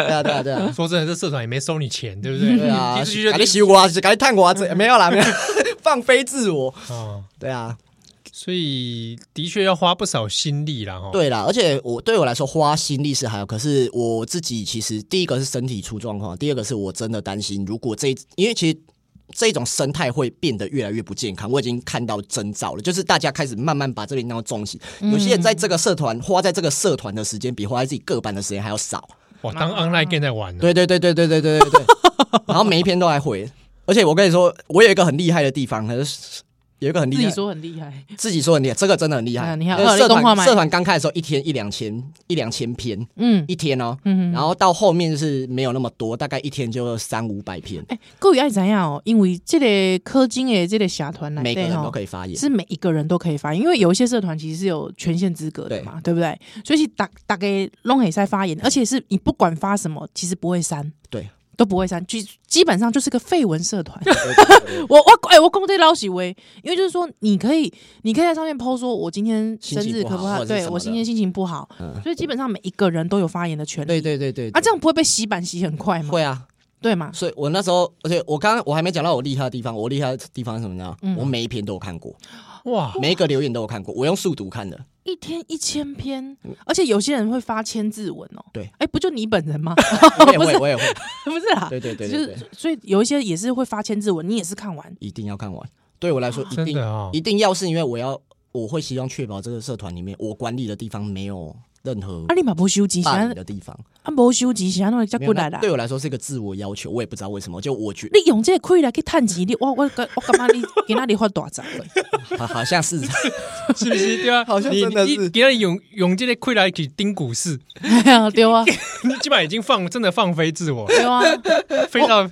啊对啊对啊
说真的，这社团也没收你钱，对不对？
对啊
你踢出去就
赶紧洗我啊，赶紧探我啊，这没有啦没有， 放飞自我。
哦，
对啊，
所以的确要花不少心力啦，哦哈。
对啦，而且我对我来说花心力是还好，可是我自己其实第一个是身体出状况，第二个是我真的担心，如果这一因为其实。这种生态会变得越来越不健康，我已经看到征兆了，就是大家开始慢慢把这里当重心。
嗯
有些人在这个社团花在这个社团的时间，比花在自己个班的时间还要 少。
哇，当 online game 在玩呢，
对对对对对对对对对。然后每一篇都还回，而且我跟你说，我有一个很厉害的地方，可是有一个很厉
自
害
己，说很厉害，
自己说很厉害，这个真的很厉害。
啊你看
因为
二
社
零动画嘛
团社团刚开的时候，一天一两千一两千篇，
嗯，
一天哦，
嗯
然后到后面是没有那么多，大概一天就三五百篇，
哎，各位爱怎样哦？因为这个科金的这个社团来
每个人都可
以。
以发言。
哦是每一个人都可以发言，因为有一些社团其实是有权限资格的嘛，对不对？所以大大概弄海赛发言，而且是你不管发什么，其实不会删，
对，
都不会删，基基本上就是个废文社团。
对对对
我我哎、我公对捞喜威，因为就是说，你可以，你可以在上面 PO 说，我今天生
心
日
情不
可
好
不可
或
以？
者是什
对
么
我
的
今天心情不好，
嗯
所以基本上每一个人都有发言的权利。
对对对对
啊，这样不会被洗版洗很快吗？
会啊，
对吗？
所以我那时候，而且我刚刚我还没讲到我厉害的地方，我厉害的地方是什么呢？
嗯
我每一篇都有看过，
哇，
每一个留言都有看过，我用速读看的。
一天一千篇，而且有些人会发千字文哦。
对
哎、不就你本人 吗？
我也会，我也会，
不是啦，
对对对
就
对
是
对，
所以有一些也是会发千字文，你也是看完。
一定要看完。对我来说，一
真
哦
定
的啊
一，定要是因为我要，我会希望确保这个社团里面我管理的地方没有任何
啊，你嘛不休息，
霸
想
凌的地方。
啊不休息，想弄叫
没
过
有
来啊
那
啦。
对我来说是一个自我要求，我也不知道为什么，就我觉
你用这个亏来去探钱，你我我我干嘛 你给那里发大财？
好好像是
是不是？对啊，
好像
你
真的
你
是
给他用用这个亏来去盯股市，
哎呀，对啊，
你基本上已经放真的放飞自我，
对啊。
飞到
哦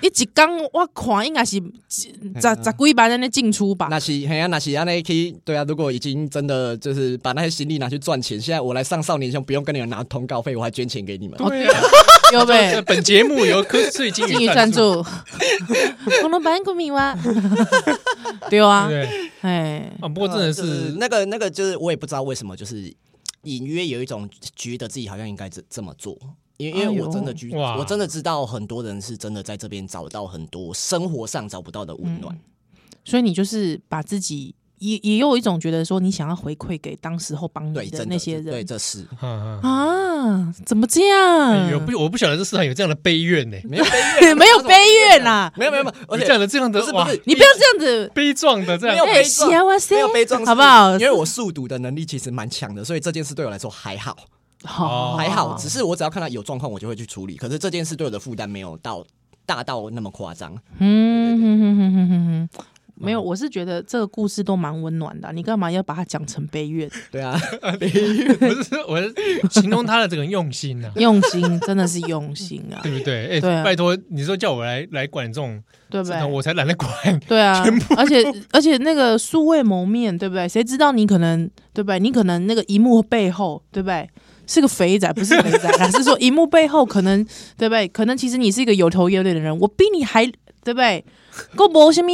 你一工我看应该是十十几万安尼进出吧
嗯那？是嘿啊，那是啊，那可以对啊。如果已经真的就是把那些心力拿去赚钱，现在我来上少年兄，不用跟你们拿通告费，我还捐钱给 你们。
对啊，
哦
有
这
呗，
本节目由科税金
金
鱼
鱼
赞
赞，助， 红龙版股民 哇，对
对
啊
不，对？
哎，
啊，不过真的
就是那个那个，就是我也不知道为什么，就是隐约有一种觉得自己好像应该这这么做。因为因
哎
为
呦
我真的觉，
哇
我真的知道很多人是真的在这边找到很多生活上找不到的温暖。
嗯所以你就是把自己也也有一种觉得说你想要回馈给当时候帮
对，
你
真
的
的
那些
这对，
人
这是嗯
啊啊，
啊，怎么这样？
哎有不？我不晓得这世上有这样的悲怨呢，
没有悲
没有悲怨啦，
没有 没有没有，而
有
且
这样的这样
不
的
是
哇
不，是
你不要这样子，
悲壮的这
没有
样，
哎，
悲壮
喜啊哇塞
没有悲壮，哦
好不好？
因 为我速读的能力其实蛮强的，所以这件事对我来说还好。
好
还好，啊只是我只要看到有状况，我就会去处理。可是这件事对我的负担没有到大到那么夸 张。
嗯哼哼哼哼哼哼，没有，我是觉得这个故事都蛮温暖的啊、你干嘛要把它讲成悲怨？
对啊，
不是我是形容他的这个用心 呐，
用心真的是用心啊，
对不对？
对啊
哎，拜托，你说叫我来来管这种，
对不
这种
对？
我才懒 得管。
对啊，而且而且那个素未谋面，对不对？谁知道你可能对不对？你可能那个荧幕背后，对不对？是个肥仔，不是肥仔啦，是说荧幕背后可能对不对？ 可能其实你是一个有头有脸的人，我比你还对不对？够无什么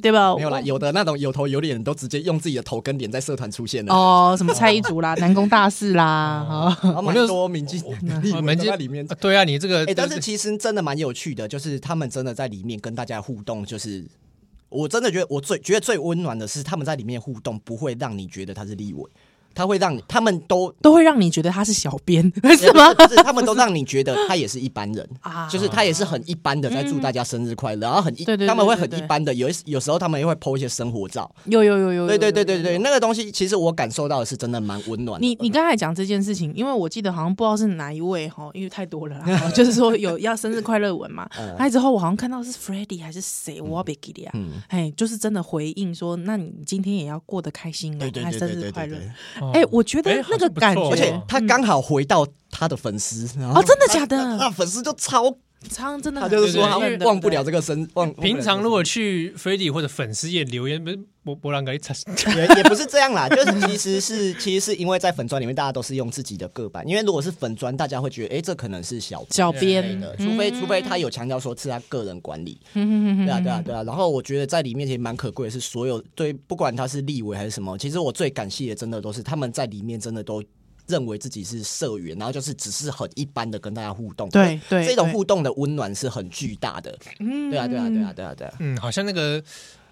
对吧？
没有啦，有的那种有头有脸的都直接用自己的头跟脸在社团出现了，
哦，什么蔡依竹 啦，南宫大士啦，哦
然后蛮多民进 立
啊
委
门
都
禁
在 里面
啊。对啊，你这个
哎，但
对
是
对
其实真的蛮有趣的，就是他们真的在里面跟大家互动，就是。我真的觉得，我最觉得最温暖的是他们在里面互动，不会让你觉得他是立委，他会让你他们都
都会让你觉得他是小编， 是 吗？
不是，他们都让你觉得他也是一般人
啊嗯
就是他也是很一般的在祝大家生日快乐，然后很一，
对对对
他们会很
对
一
对
般的，有一有时候他们也会 PO 一些生活照，
有有有有有，
对对对
有
对
有
对，那个东西其实我感受到的是真的蛮温暖的。
你你刚才讲这件事情，因为我记得好像不知道是哪一位哈，因为太多了啦， 就是说有要生日快乐文嘛，
嗯
那之后我好像看到是 f r e d d y 还是谁，我要被给你啊，
嗯
哎，就是真的回应说，那你今天也要过得开心啊
对，对
还
对
生
对对
日快
对
乐，
对，
哦
哎，我觉得
哎
那个感觉，
好像不错哦
而且他刚好回到他的粉丝，然后
哦，真的假
那
的？
粉丝就超，
常真的
他
很
就是说
感
他
人
忘不了这个生忘。
平常如果去 f r e d d y 或者粉丝页留言，不是博博朗给你擦，
也也不是这样啦，就是其实是其实是因为在粉砖里面大家都是用自己的个版，因为如果是粉砖，大家会觉得哎、这可能是小
小
类
编
的，除非除非他有强调说是他个人管理，
嗯
对啊对啊对啊。然后我觉得在里面其实蛮可贵的是，所有对不管他是立委还是什么，其实我最感谢的真的都是他们在里面真的都认为自己是社员，然后就是只是很一般的跟大家互动，
对对
这种
对嗯
互动的温暖是很巨大的，对啊对啊对啊对啊对啊。
嗯，好像那个，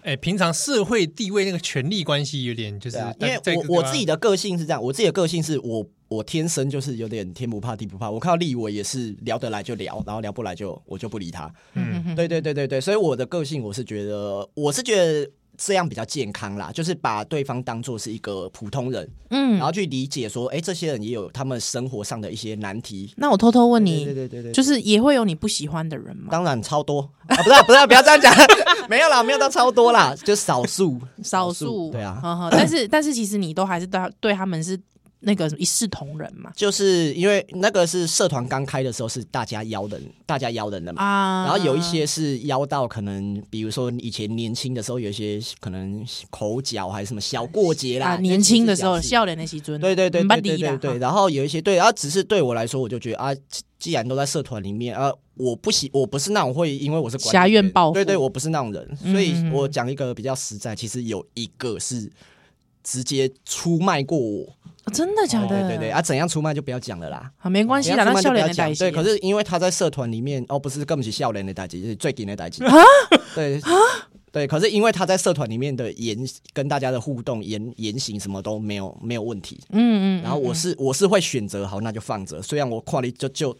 哎，平常社会地位那个权力关系有点就是
对啊，，因
但
为
这个
我我
对吧
自己的个性是这样，我自己的个性是我我天生就是有点天不怕地不怕，我看到立委也是聊得来就聊，然后聊不来就我就不理他。嗯，对对对对对，所以我的个性我是觉得我是觉得。这样比较健康啦，就是把对方当做是一个普通人，
嗯
然后去理解说，哎、这些人也有他们生活上的一些难题。
那我偷偷问你，
对对对对对
就是也会有你不喜欢的人吗？
当然超多啊，不是、啊、不是、啊，不要这样讲， 没有啦，没有到超多啦，就少数，
少数
对啊，
呵呵但是但是其实你都还是对他对他们是那个一视同仁 嘛
就是因为那个是社团刚开的时候是大家邀人，大家邀人的嘛。
啊，
然后有一些是邀到可能，比如说以前年轻的时候，有一些可能口角还是什么小过节啦，
啊年轻的时候
就是小事
笑脸的时尊，
对对对
唔捌
对对
你啦
对对。，然后有一些对，然啊后只是对我来说，我就觉得啊，既既然都在社团里面，啊，我不喜，我不是那种会因为我是管理
侠怨报复
对对，我不是那种人，所以
嗯嗯嗯
我讲一个比较实在，其实有一个是直接出卖过我，
哦真的假的？
对对对，啊，怎样出卖就不要讲了啦。
啊，没关系啦，
不要
那
出
笑
门就
脸
不
的
要
代
讲
谢
对，可是因为他在社团里面，哦，不是根本是笑脸的代级，是最顶的代级。
啊
对对，可是因为他在社团里面的言跟大家的互动、言言行什么都没有没有问题。
嗯嗯，
然后我是我是会选择好，那就放着。虽然我跨里就就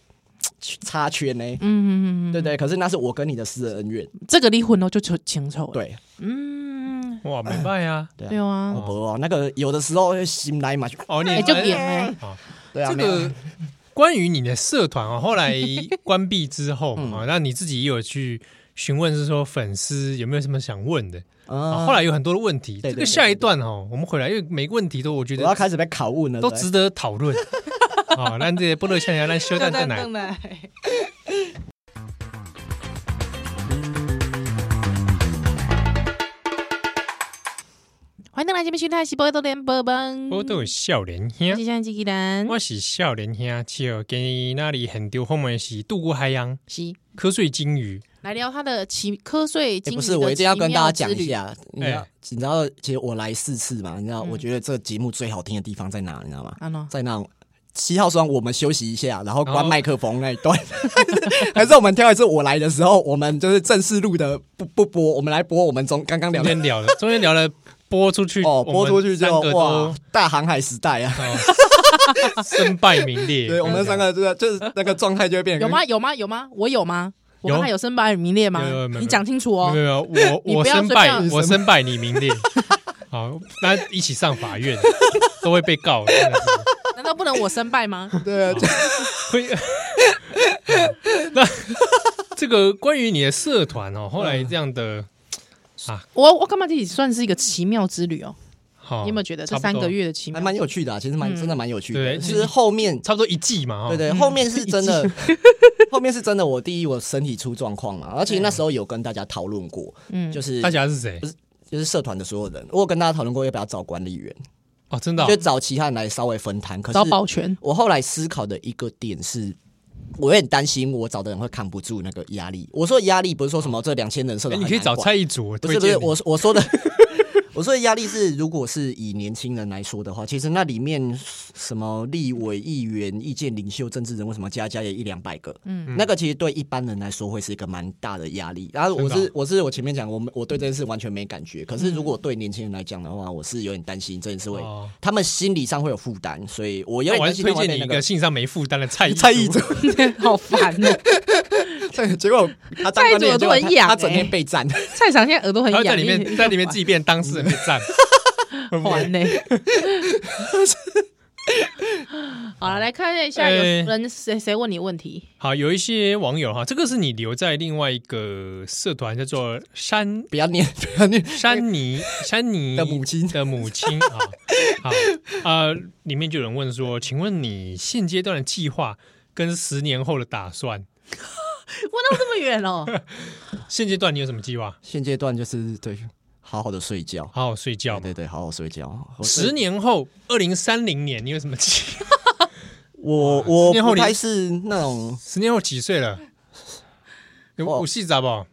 插圈呢，
嗯嗯
对对，可是那是我跟你的私人恩怨。
嗯，这个离婚了就就清楚了，
对
嗯，
哇，明白 啊，
对啊，
哦不哦，那个有的时候心来嘛，
哦，你
哎就点哎，
好
对啊，
这
没有
个关于你的社团哦，后来关闭之 后嘛
嗯
哦，那你自己也有去询问，是说粉丝有没有什么想问的？
啊
哦后来有很多的问题，这
对对
个
对
下一段哦，我们回来，因为每个问题都我觉
我要
得
开始被拷问了，
都
对
值得讨论。 哦好，那这不乐下来，那修蛋蛋奶。
来。这边心态是波多连波邦，
我都有笑脸
我
兄
是，相机技能，
我是笑脸兄，笑给你那里很丢后面是渡过海洋，
是
瞌睡金鱼，
来聊他的奇瞌睡
诶
金鱼
哎不
的
是，我一定要跟大家讲
奇
一
妙
下。你知道，
哎
你知道，其实我来四次嘛，你
嗯
知道，我觉得这节目最好听的地方在哪？你知道吗？
之旅，啊喏
在那种七号双，我们休息一下，然后
然
关
后
麦克风那一 段，还是我们挑一次我来的时候，我们就是正式录的，不不播，我们来播我们中刚刚聊
中
的
间聊了，中 间聊了播出去
哦，播出去之
我
后
们三个
哇
都，
大航海时代啊，
哦身败名裂，
对我们三个就是就是那个状态就会变
有
成
吗？有吗？有吗？我有吗？我
有
刚才有身败名裂吗
有有有？没有
你讲清楚
没
哦。
有没有，
你
我我
不要
身
随
败
便
我身败你名裂， 好，那一起上法院 都会被告，真的是
难道不能我身败 吗？
对啊，就
会。 那这个关于你的社团哦，后来这样
嗯
的
我我干嘛自己算是一个奇妙之旅哦？
好，
你有没有觉得这
差不
三
多
个月的奇
还
妙？
蛮有趣的啊，其实
嗯
蛮真的蛮有趣的，
对
其实后面
差不多一季嘛？哈，哦
对对，后面是真的， 后面是真的。我第一，我身体出状况嘛，而且那时候有跟大家讨论过，
嗯
就是
大家是谁？
就是社团的所有人，我有跟大家讨论过要不要找管理员，
哦，真的哦
就找其他人来稍微分摊。可
找
是
保全
我后来思考的一个点是。我有点担心，我找的人会扛不住那个压力。我说的压力不是说什么这两千人社
哎
团
你
很
可以
难
找
管
蔡一祖，我
不
推
是不
荐
是，
你
我我说的， 我说的压力是，如果是以年轻人来说的话，其实那里面什么立委、议员、意见领袖、政治人物，什么加加也一两百个，嗯，那个其实对一般人来说会是一个蛮大的压力。然后我
真的哦
是我是我前面讲，我们我对这件事完全没感觉，可是如果
嗯
对年轻人来讲的话，我是有点担心这件事会
哦，
他们心理上会有负担，所以我
那
有点
我还
担
是
心
推
他们
荐你
那
一个性上没负担的蔡
蔡
义
义
祖
祖，
好烦哦！
对，结果他当
蔡义
官
祖
的人
耳朵
结果
很
他
痒
他整
欸
天被占。
蔡厂现在耳朵很
他
痒，欸
会在里
哎
面在里面自己变当事人被 赞，会不会
还呢。 好了，来看一下有
哎
人谁谁问你问题？
好，有一些网友哈，这个是你留在另外一个社团叫做 山
不要念，不要念，
山泥山泥
的母亲
的母 亲啊，好呃，里面就有人问说，请问你现阶段的计划跟十年后的打算，
问到这么远 哦，
现阶段你有什么计划？
现阶段就是对，好好的睡觉，
好好睡觉
对
嘛。
对对，好好睡觉。我
十，年后，二零三零年，你有什么计？
我
十
我
年后
不
你
太是那种
十年后几岁了？有
哦
五细咋不？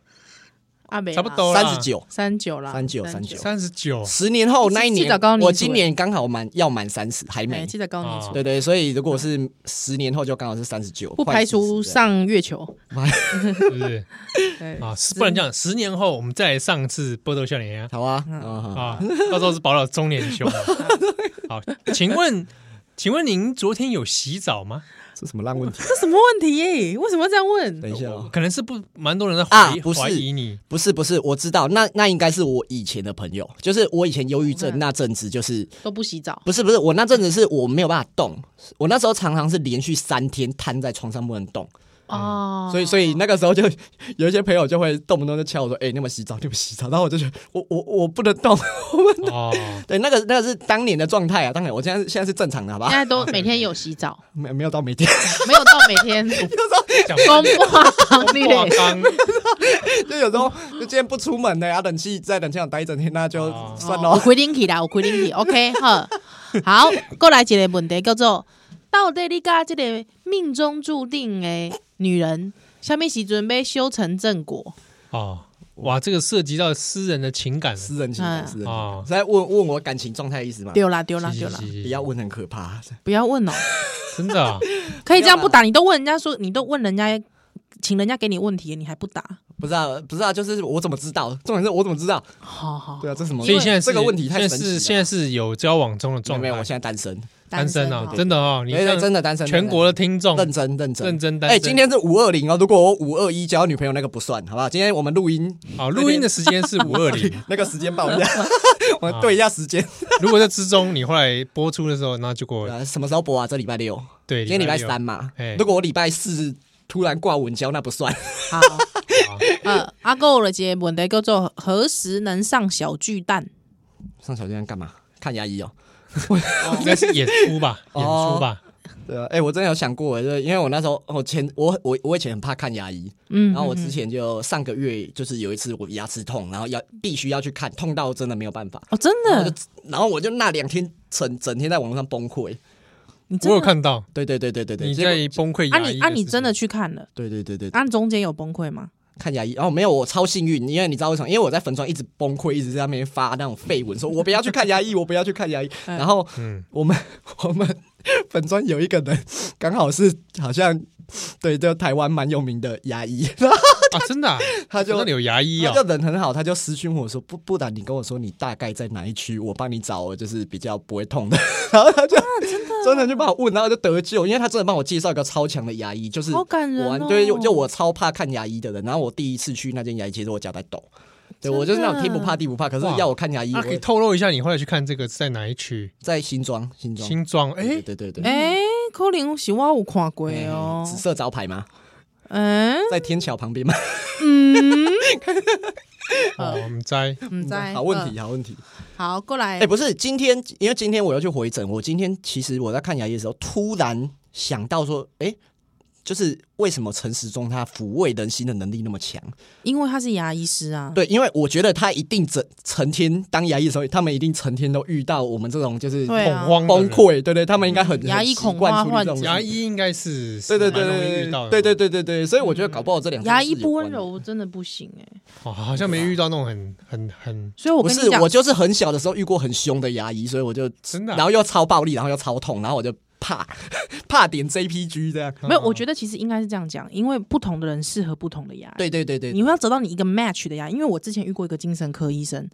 阿美
差不多啦
三十九，
啊三九啦，
39 39
三十九。
十年后那一
记得
年
高，龄
我
族
今
欸
年刚好满要满三十，还
哎，
没。
记得高年
哦
数，
对对，所以如果是十年后就刚好是三十九，
不排除上月球。
是不是
对，
啊？是不然这样，十年后我们再来上次波多笑脸啊
好啊，嗯好
啊，到时候是保老中年 兄啊。好，请问，请问您昨天有洗澡吗？
这什么烂问题？
这什么问题耶？为什么要这样问？
等一下哦，
可能是不蛮多人在
啊
怀疑
不是
怀疑 你
不是不是，我知道，那那应该是我以前的朋友，就是我以前忧郁症那阵子，就是
都不洗澡，
不是不是，我那阵子是我没有办法动，我那时候常常是连续三天瘫在床上不能动，
嗯
哦，
所以，所以那个时候就有一些朋友就会动不动就敲我说：“哎、你有没有洗澡？你有没有洗澡？”然后我就觉得我我我不能动。
哦。
对，那个那个是当年的状态啊，当然我现在现在是正常的，好
现
吧？
在 都每天有洗澡，
没没有到每天，
没有到每天
讲
公啊哦话堂律
话
嘞。
刚
就有时候就今天不出门的呀、啊，冷气在冷气上待一整天，那就
哦
算
哦我
喽。
规定起啦，我规定起，OK 哈。好，过来一个问题叫做：到底你甲这个命中注定的女人，下面时准备修成正果？
哦，哇，这个涉及到私人的情感了
私人
嗯
情感，私人情
哦
感，是在问问我感情状态的意思吗？
丢啦丢啦
是
丢
是
啦！
是
不要问很可怕，啊
不要 问哦，
真的 啊
可以这样不
不要啦
打，你都问人家说，你都问人家，请人家给你问题，你还不打？
不知道不知道，就是我怎么知道？重点是我怎么知道？
好好，
对啊，这什么？
所以现在是
这个问题太
现
神
在
奇
是
了。
现在是有交往中的状
没有，我
态，
现在单身，
单身啊，
哦
真的哦，你
对对，
像
真的单身。
全国的听众
认真认真
认真单
哎、
身。
今天是五二零哦，如果我五二一交女朋友那个不算，好不好？今天我们录音
好，录音的时间是五二零。
那个时间报一下，我们对一下时间。
如果在之中你后来播出的时候，那结果
啊，什么时候播啊？这礼拜六，
对，
今天礼拜
六
三嘛
哎。
如果我礼拜四突然挂稳交，那不算。
好，呃，阿狗了个问题叫做何时能上小巨蛋？
上小巨蛋干嘛？看牙医哦。
应该是演出吧，演出吧，
对啊，哎、我真的有想过，就是因为我那时候，我前我我我以前很怕看牙医，
嗯，
然后我之前就上个月就是有一次我牙齿痛，然后要必须要去看，痛到真的没有办法，
哦，真
然后我
的
就，然后我就那两天整整天在网络上崩溃，
你真
我有
的，
看到
对对对对对对，
你
结果
在崩溃
啊
牙医
你啊你
事
真的
情
去看了，
对对对对，
啊你中间有崩溃吗？
看牙医，然、后没有，我超幸运，因为你知道为什么？因为我在粉砖一直崩溃，一直在那边发那种绯闻，说我不要去看牙医，我不要去看牙医。
嗯
然后
嗯
我们 我们粉砖有一个人，刚好是好像对，就台湾蛮有名的牙医， 然后
啊真的啊，
他就
那里有牙医
他
啊
就，人很好，他就私讯我说不不然你跟我说你大概在哪一区，我帮你找就是比较不会痛的。 然后他就、
啊
真的就帮我问，然后就得救，因为他真的帮我介绍一个超强的牙医，就是
好感人
我
哦
完对，就就我超怕看牙医的人，然后我第一次去那间牙医，其实我脚在抖。对，
真的
我就是那种天不怕地不怕，可是
哇
要我看牙医，
啊可以
我
透露一下你后来去看这个是在哪一区？
在新庄，新庄，
新庄
对
哎，
对对对，
哎，可能是我有看过
哎
哦，
紫色招牌吗？
嗯
在天桥旁边吗？
嗯，
哦我们在
唔知
好问题，好问题。
嗯好过来
哎、，不是，今天因为今天我要去回诊，我今天其实我在看牙医的时候，突然想到说，哎、就是为什么陈时中他抚慰人心的能力那么强？
因为他是牙医师啊，
对，因为我觉得他一定整成天当牙医的时候，他们一定成天都遇到我们这种就是
对啊
恐慌的
崩
人
溃，对对，他们应该很
牙医
很习
恐
惯
慌
处理这种
患者
牙
事情
医应该是
对对
蛮容易
对
遇到的
对对对对对对，所以我觉得搞不好这两件
牙
事
医
有
不
关
温
的。
柔真的不行哎，
哦好像没遇到那种很很很
所以我
不
跟
是
你，讲
我，就是很小的时候遇过很凶的牙医，所以我就
真的啊，
然后又超暴力，然后又超痛，然后我就怕怕点 JPG 这样。
没有，我觉得其实应该是这样讲，因为不同的人适合不同的牙医。
对对对对，
你会要找到你一个 match 的呀，因为我之前遇过一个精神科医生，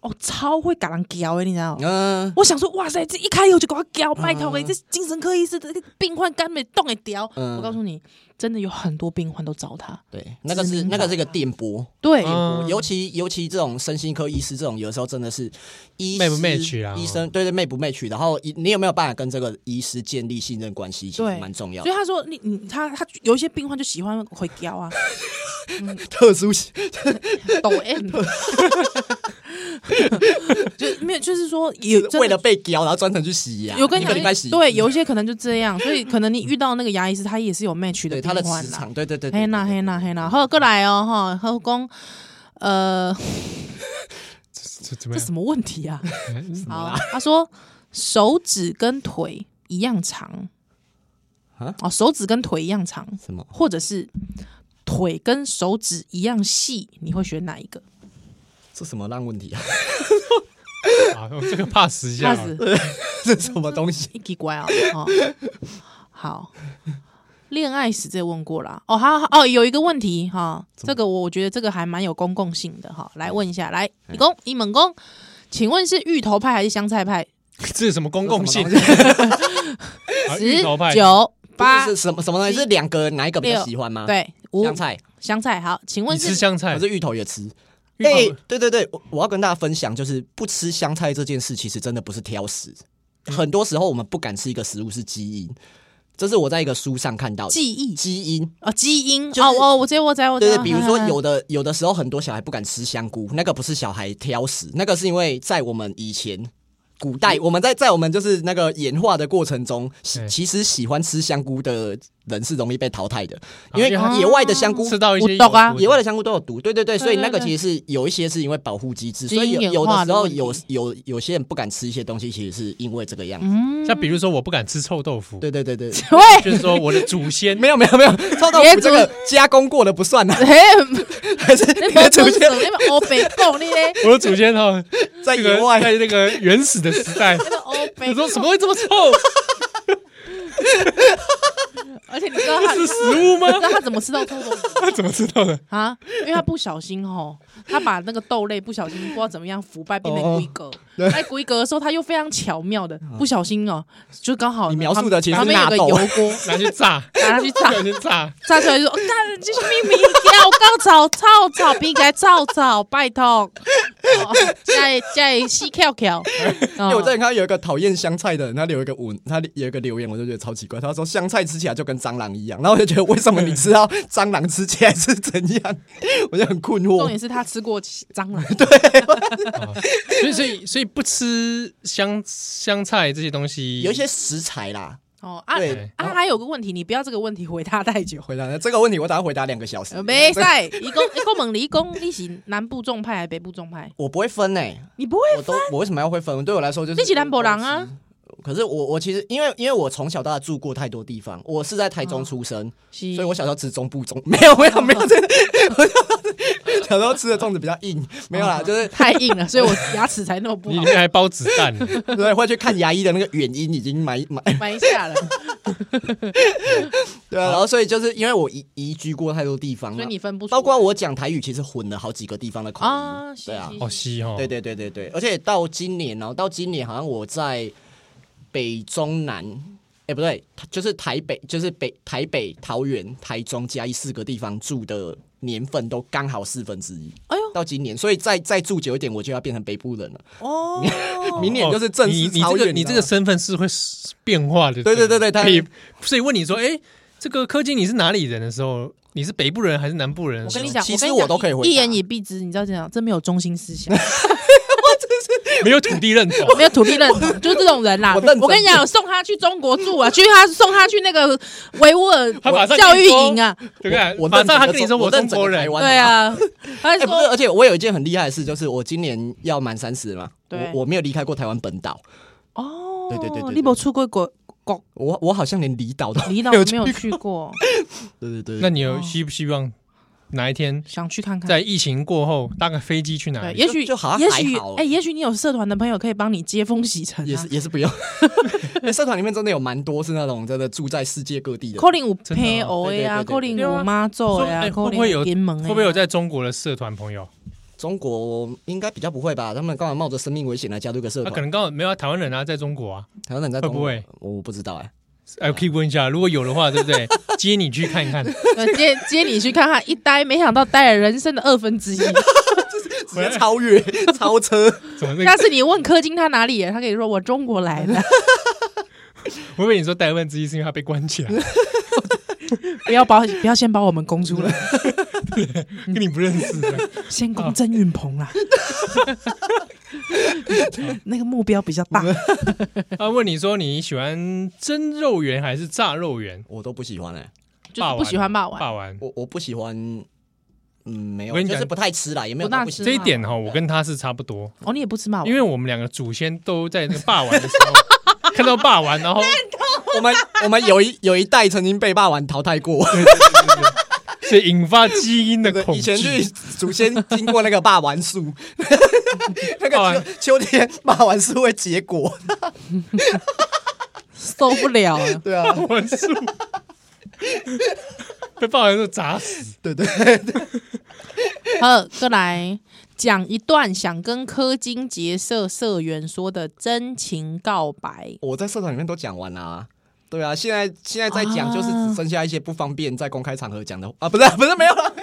哦，超会嘎人教的，你知道吗？
嗯，
我想说，哇塞，这一开口就给我教，拜托哎、这精神科医师这个病患干没动哎屌！
嗯
我告诉你，真的有很多病患都找他，
对，那个是
明白
那个是一个电波，
对，
嗯
尤其尤其这种身心科医师这种，有的时候真的是医师
Match 不 match 啊
医生对对 match 不 match，然后你有没有办法跟这个医师建立信任关系，其实
对
蛮重要
所以。他说你你他他有一些病患就喜欢会教啊，
特殊
抖 M，就没有就是说有真的
为了被刁，然后专程去洗牙，
有跟
一
你
个
讲
礼拜洗，
对，有一些可能就这样，所以可能你遇到那个牙医师，他也是有 match
对
的
他的
病患
磁
啦
场，。对对对，对
嘿啦嘿啦嘿啦，好过来哦哈，好讲，呃，
这怎么
这
样？
什么问题 啊？
嗯
好，他说手指跟腿一样长
啊
哦，手指跟腿一样长，
什么？
或者是腿跟手指一样细，你会选哪一个？
这什么烂问题啊？
啊，我这个 pass 一下
这
啊，
样子
这什么 东西？
一奇怪哦。哦好，恋爱史这问过啦。哦，好好哦，有一个问题哈、这个我我觉得这个还蛮有公共性的哈、来问一下，来，你公你猛公，请问是芋头派还是香菜派？
这是什么公共性
这？什么东西
啊芋
十
头派
九八
这是什么什么东 西？
七
是两个哪一个比较
六
喜欢吗？，
对五
香菜，
香菜好，请问
你吃
是
香菜
可是芋头也吃。
芋
哎、
头
对对对，我我要跟大家分享，就是不吃香菜这件事，其实真的不是挑食。很多时候我们不敢吃一个食物是基因，这是我在一个书上看到的
记忆
基因。
哦，基因
就是
哦哦，我知道我知道我知
对
道，
对，比 如说
哼哼
有的有的时候很多小孩不敢吃香菇，那个不是小孩挑食，那个是因为在我们以前。古代，我们在在我们就是那个演化的过程中，喜
嗯
其实喜欢吃香菇的人是容易被淘汰的，
啊
因为
因为它
野外的香菇
吃到一些
我懂啊
有毒的
野外的香菇都有毒，对对对，
对
所以那个
对
其实是有一些是因为保护机制，
基
所以有
因
有
演化
的时
的
候
问题
有有有些人不敢吃一些东西，其实是因为这个样子。
嗯，
像比如说我不敢吃臭豆腐，
对对对对，
就
喂，
是说我的祖先
没有没有没 有，臭豆
别
腐这个加工过的不算 啊，
嘿，
还是
你
你
不要
的
遵守，
祖先
你们欧北共你嘞，
我的祖先哈，
在
这
野
个
外
哦
在那个原始的时 代，
欧哦北
你说什么会这么臭？
而且你知道 他，
是
你
食物吗？
知道他怎么吃到臭豆腐
他怎么知道的？
啊？因为他不小心吼，他把那个豆类不小心不知道怎么样腐败变成
哦嗯
规格，在规格的时候他又非常巧妙的不小心哦，就刚好
你描述的其实是
旁边有个
纳豆
油锅，
拿去炸，
拿它去炸
拿去炸，
炸出来就说：“干、哦，这是秘密掉，刚炒炒炒，饼干炒炒，拜托。哦”再再细翘翘。
因为我之前
哦
看到有一个讨厌香菜的人，他留一个文，他有一个留言，我就觉得超奇怪。他说香菜吃起来就跟蟑螂一样，然后我就觉得为什么你知道蟑螂吃起来是怎样， 我就很困
重
惑。
点是他吃过蟑 螂，
所以所以所以不吃香香菜这些东西，
有一些食材啦，
哦啊
对
啊，还有个问题，你不要这个问题回答太久。
回答这个问题，我打算回答两个小时
呃，。没赛，一共一共猛你一共一起南部重派还是北部重派？
我不会分欸呢、
你不会
我都我为什么要会分？对我来说就是
你是南部人啊？
可是我我其实因为因为我从小到大住过太多地方，我是在台中出生，
哦是
所以我小时候吃中部粽， 没有没有没有，真的，我小时候吃的粽子比较硬，没
哦
有啦，就是
太硬了，所以我牙齿才那么不
你
好
里，面还包子 弹，
对会去看牙医的那个原因已经买买
埋下了。
对啊，然后所以就是因为我移移居过太多地方
所以
了，
你分不出来，
包括我讲台语其实混了好几个地方的口音，
啊，是
对啊
是
好稀哦。
对对对对对，而且到今年哦，到今年好像我在北中南，哎、不对，就是台北，就是北台北、桃园、台中、嘉义四个地方住的年份都刚好四分之一。
哎呦
到今年，所以再再住久一点，我就要变成北部人了。
哦，
明年就是正
哦你
式啊
你
超
这
越
个你这个身份是会变化的。
对对对对他
可以。所以问你说，哎，这个柯基你是哪里人的时候，你是北部人还是南部人的
我
时
跟
候？
你讲，
其实
跟你讲
我都可以回答
一言以蔽之，你知道这样，这没有中心思想，
没有土地认同，
没有土地认同，就是这种人啦。
我认真
我跟你讲，送他去中国住啊，去他送他去那个维吾尔
他马上
教育营啊，
对不对？
我
马上他跟你
认整个
说
中我
中
认整
国
个
人
台，湾
对啊，他
哎、
就
不是，
说
而且我有一件很厉害的事，就是我今年要满三十了嘛，
对
我我没有离开过台湾本岛，
哦，
对对对对对
你没出过国国
我我好像连离岛都
离岛
没有
没有去过，
对对对，
那你
哦
有希不希望哪一天
想去看看。
在疫情过后搭个飞机去哪
对，
里？
也许
啊就就好像
也许
还好
哎，也许你有社团的朋友可以帮你接风洗尘啊。
也是也是不用。 社团里面真的有蛮多是那种真的住在世界各地的，
可能有配偶
真
的
的
啊，
哦
可
对
能
对对对
有妈祖的啊，
哎
可
会
能
不会有
金门的啊
会不会有在中国的社团朋友？
中国应该比较不会吧？他们干嘛冒着生命危险来加入个社
他可
团？
能刚好没有啊台湾人啊，在中国啊，
台湾人在
会
中
不会？
我不知道 哎、
哎，可以问一下，如果有的话，对不 对？接你去看一看，
呃接 接你去看看，一待没想到待了人生的二分之一。
直接超越 超车，
怎 么那个？
下次你问柯金他哪里人，他可以说我中国来的，
我以为你说台湾之一是因为他被关 起来，
不要把不要先把我们供出来，
跟你不认识的。
啊
先供曾运鹏 啦。 那个目标比较 大，
他问你说你喜欢蒸肉圆还是炸肉圆？
我都不喜欢哎、
就是不喜欢霸王。
霸王
我我不喜欢，嗯，没
我
有，
跟你
就
讲
是不太吃啦，也没有
不大
到不喜
吃
欢
这一点哈，我跟他是差不多，
哦，你也不吃霸王，
因为我们两个祖先都在那个霸王的时候看到霸王，然后
我们 我们有一有一代曾经被霸王淘汰过，
所以引发基因的恐
以前去
惧。
祖先经过那个霸 王树， 那
霸王
个秋秋天霸王树会结果，
受不了 了。
对啊，
我树被霸王树砸死，
对对
好，再来讲一段想跟柯金结社社员说的真情告白。
我在社团里面都讲完啦、对啊，现在现在在讲就是
啊
只剩下一些不方便在公开场合讲的啊，不是不是没有了，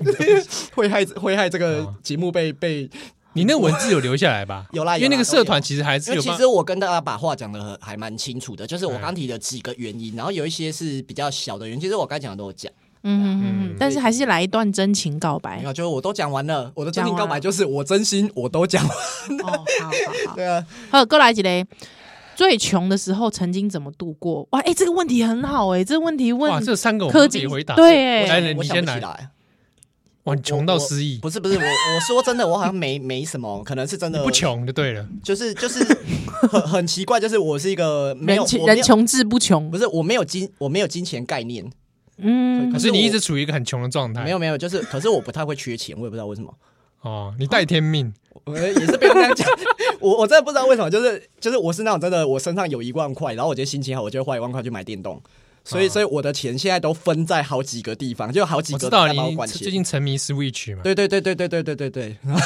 会害会害这个节目被被，
你那文字有留下来吧？
有啦有啦
因为那个社团其实还是
因为
有
其
帮
实我跟大家把话讲的还蛮清楚的，就是我刚提的几个原因，然后有一些是比较小的原因，其实我刚讲的都有讲，
嗯，嗯嗯
嗯
但是还是来一段真情告
没
白。
有，就是我都讲完了，我的真
哎讲
情
完了
告白就是我真心我都讲完，
哦， 好好好，
对啊，
好，过来一个。最穷的时候曾经怎么度过？哇，哎、这个问题很好哎、这个问题
哇，
问
这三个我们
柯
都可以
基
回答。
对
来
哎，
来，
我
你
想
先
不起
来。
来，
哇，你穷到失忆，
不是不是，我我说真的，我好像没没什么，可能是真的
不，穷就对了。
就是就是很很奇怪，就是我是一个没有
人穷
我没有
人穷志不穷
不，是，我没有金，我没有金钱概念，
嗯
可
可，
是
是
你
我
一直处于一个很穷的状态。
没有没有，就是，可是我不太会缺钱，我也不知道为什么，
哦，你带天命，
我也是被人家讲，我我真的不知道为什么，就是就是我是那种真的，我身上有一万块，然后我觉得心情好，我就会花一万块去买电动，所以、
哦
所以我的钱现在都分在好几个地方，就好几
我
个
知
地方
道
在帮我
你
管
最
钱，
近沉迷 Switch 嘛。
对对对对对对对对对， 然后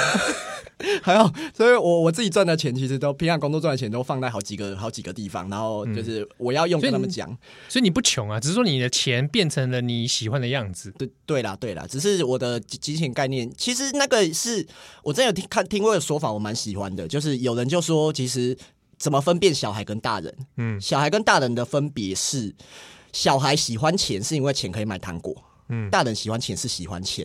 还有，所以我我自己赚的钱其实都平常工作赚的钱都放在好几个好几个地方，然后
嗯
就是我要用
所以
跟他们
你
讲。
所以你不穷啊，只是说你的钱变成了你喜欢的样子。
对对啦，对啦，只是我的金金钱概念，其实那个是我真的有听看听过的说法，我蛮喜欢的，就是有人就说，其实怎么分辨小孩跟大人，
嗯
小孩跟大人的分别是，小孩喜欢钱是因为钱可以买糖果，
嗯
大人喜欢钱是喜欢钱，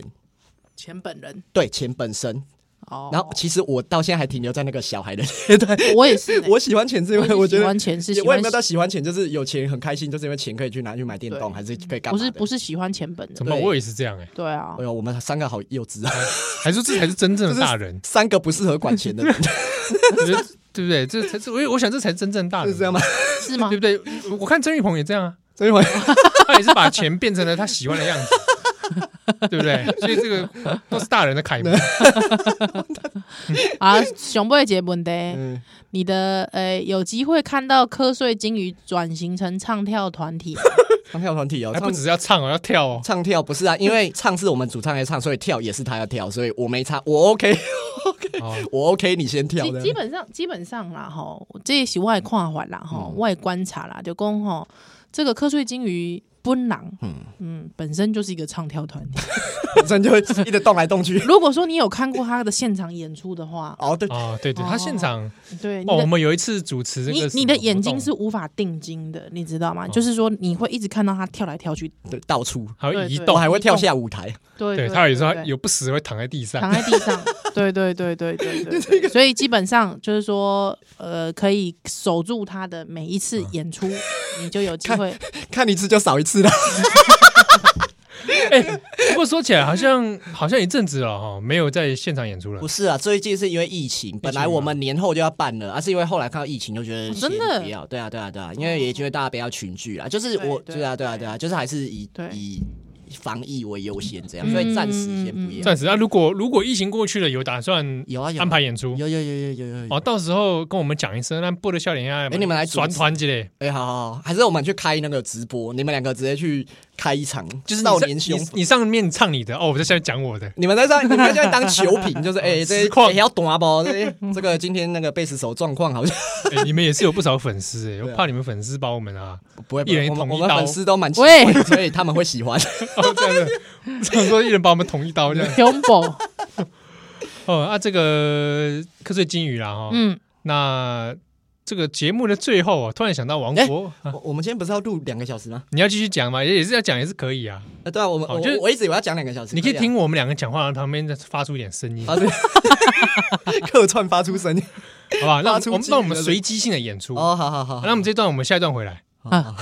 钱本人
对钱本身。
哦，
然后其实我到现在还停留在那个小 孩的阶段。
我也是呢，
我喜欢钱是因为
我
我
也是
觉
喜
得
欢钱是
也
喜
我也
欢
没有到喜欢钱，就是有钱很开心，就是因为钱可以去拿去买电动，还是可以干
嗯不
嘛？
是不
是，
是喜欢钱本的
怎，么
对
我也是这样哎、
对啊
哎，呦，我们三个好幼稚啊，，
还说这才是真正的大人
三个不适合管 钱的人，
我觉得对不对？这才是我我想这才是真正大人，
是这样吗？
是吗
对？不对？我看曾玉鹏也这样啊，
所以我
他也是把钱变成了他喜欢的样子，对不对？所以这个都是大人的楷模。
啊，熊贝杰问的，
嗯，
你的呃有机会看到瞌睡金鱼转型成唱跳团体吗，
唱跳团体哦，
还不
唱
只是要唱哦，要跳 哦。
唱跳不是啊，因为唱是我们主唱来唱，所以跳也是他要跳，所以我没唱，我 OK，
哦
我 OK，你先跳
基
的
基。本上基本上啦吼，这也是我的看法啦
嗯
吼，我的观察啦，就讲吼，这个瞌睡金鱼奔狼，嗯嗯，本身就是一个唱跳团体。。
本身就会一直动来动去
如果说你有看过他的现场演出的话，
哦，对，
哦，对对，
哦
他现场
对你
哦，我
的。
们有一次主持这
你
个什么活动，哦
你的眼睛是无法定睛的，你知道吗？就是说你会一直看到他跳来跳去，
对，到处，
还会移
对
我
动，
还会跳下舞台。
对
对他有时候
对
有不时会躺在地上
躺，在地上，对对对对对对对，所以基本上就是说，呃，可以守住他的每一次演出，你就有机会。
看一次就少一次了。
不过说起来，好像好像一阵子了哈，没有在现场演出了
不。是啊，最近是因为疫情，啊本来我们年后就要办了，而、啊、是因为后来看到疫情就觉得
哦真的
先不要，对啊，对啊，对啊，因为也觉得大家不要群聚啊，就是
对
我，
对
对啊，对啊，对啊，就是还是以
对
以防疫为优先这样，
嗯
所以暂时先不要。
暂时啊，如果如果疫情过去了，有打算
有啊有啊
安排演出
有有有有有有有
哦，到时候跟我们讲一声，让播的笑脸呀，
哎你们来主持
转团之类，
哎、好好好，还是我们去开那个直播，你们两个直接去开一场，就是
你
少
在
年凶
你。你上面唱你的哦，我在下面讲 我的，
你们在上，你们在当球 评，就是哎、这
实况
也要懂啊不？这这个今天那个贝斯手状况好像
哎你们也是有不少粉丝哎，
对啊
我怕你们粉丝把我们啊，
不会，不
一人
会
一
我们
捅
我
一
们
刀
粉丝都蛮喜
喂
欢，所以他们 会喜欢。
哦这样子，想说一人把我们捅一刀这样。
Jumbo，
哦啊，这个瞌睡金鱼啦哈，
嗯，
那这个节目的最后啊，突然想到
哎
王国，啊
我我们今天不是要录两个小时吗？
你要继续讲吗？也也是要讲，也是可以啊。
啊，对啊，我们
好
我
就是
我一直以为要讲两个小时，啊
你可以
这样哦
听我们两个讲话，然后旁边再发出一点声音，好
发出 客串发出声音。
不好？那我
发
们
出
我们那我
金鱼
们
的
随机性的演出。
哦，好好好，
那我们这段我们下一段回来。
啊，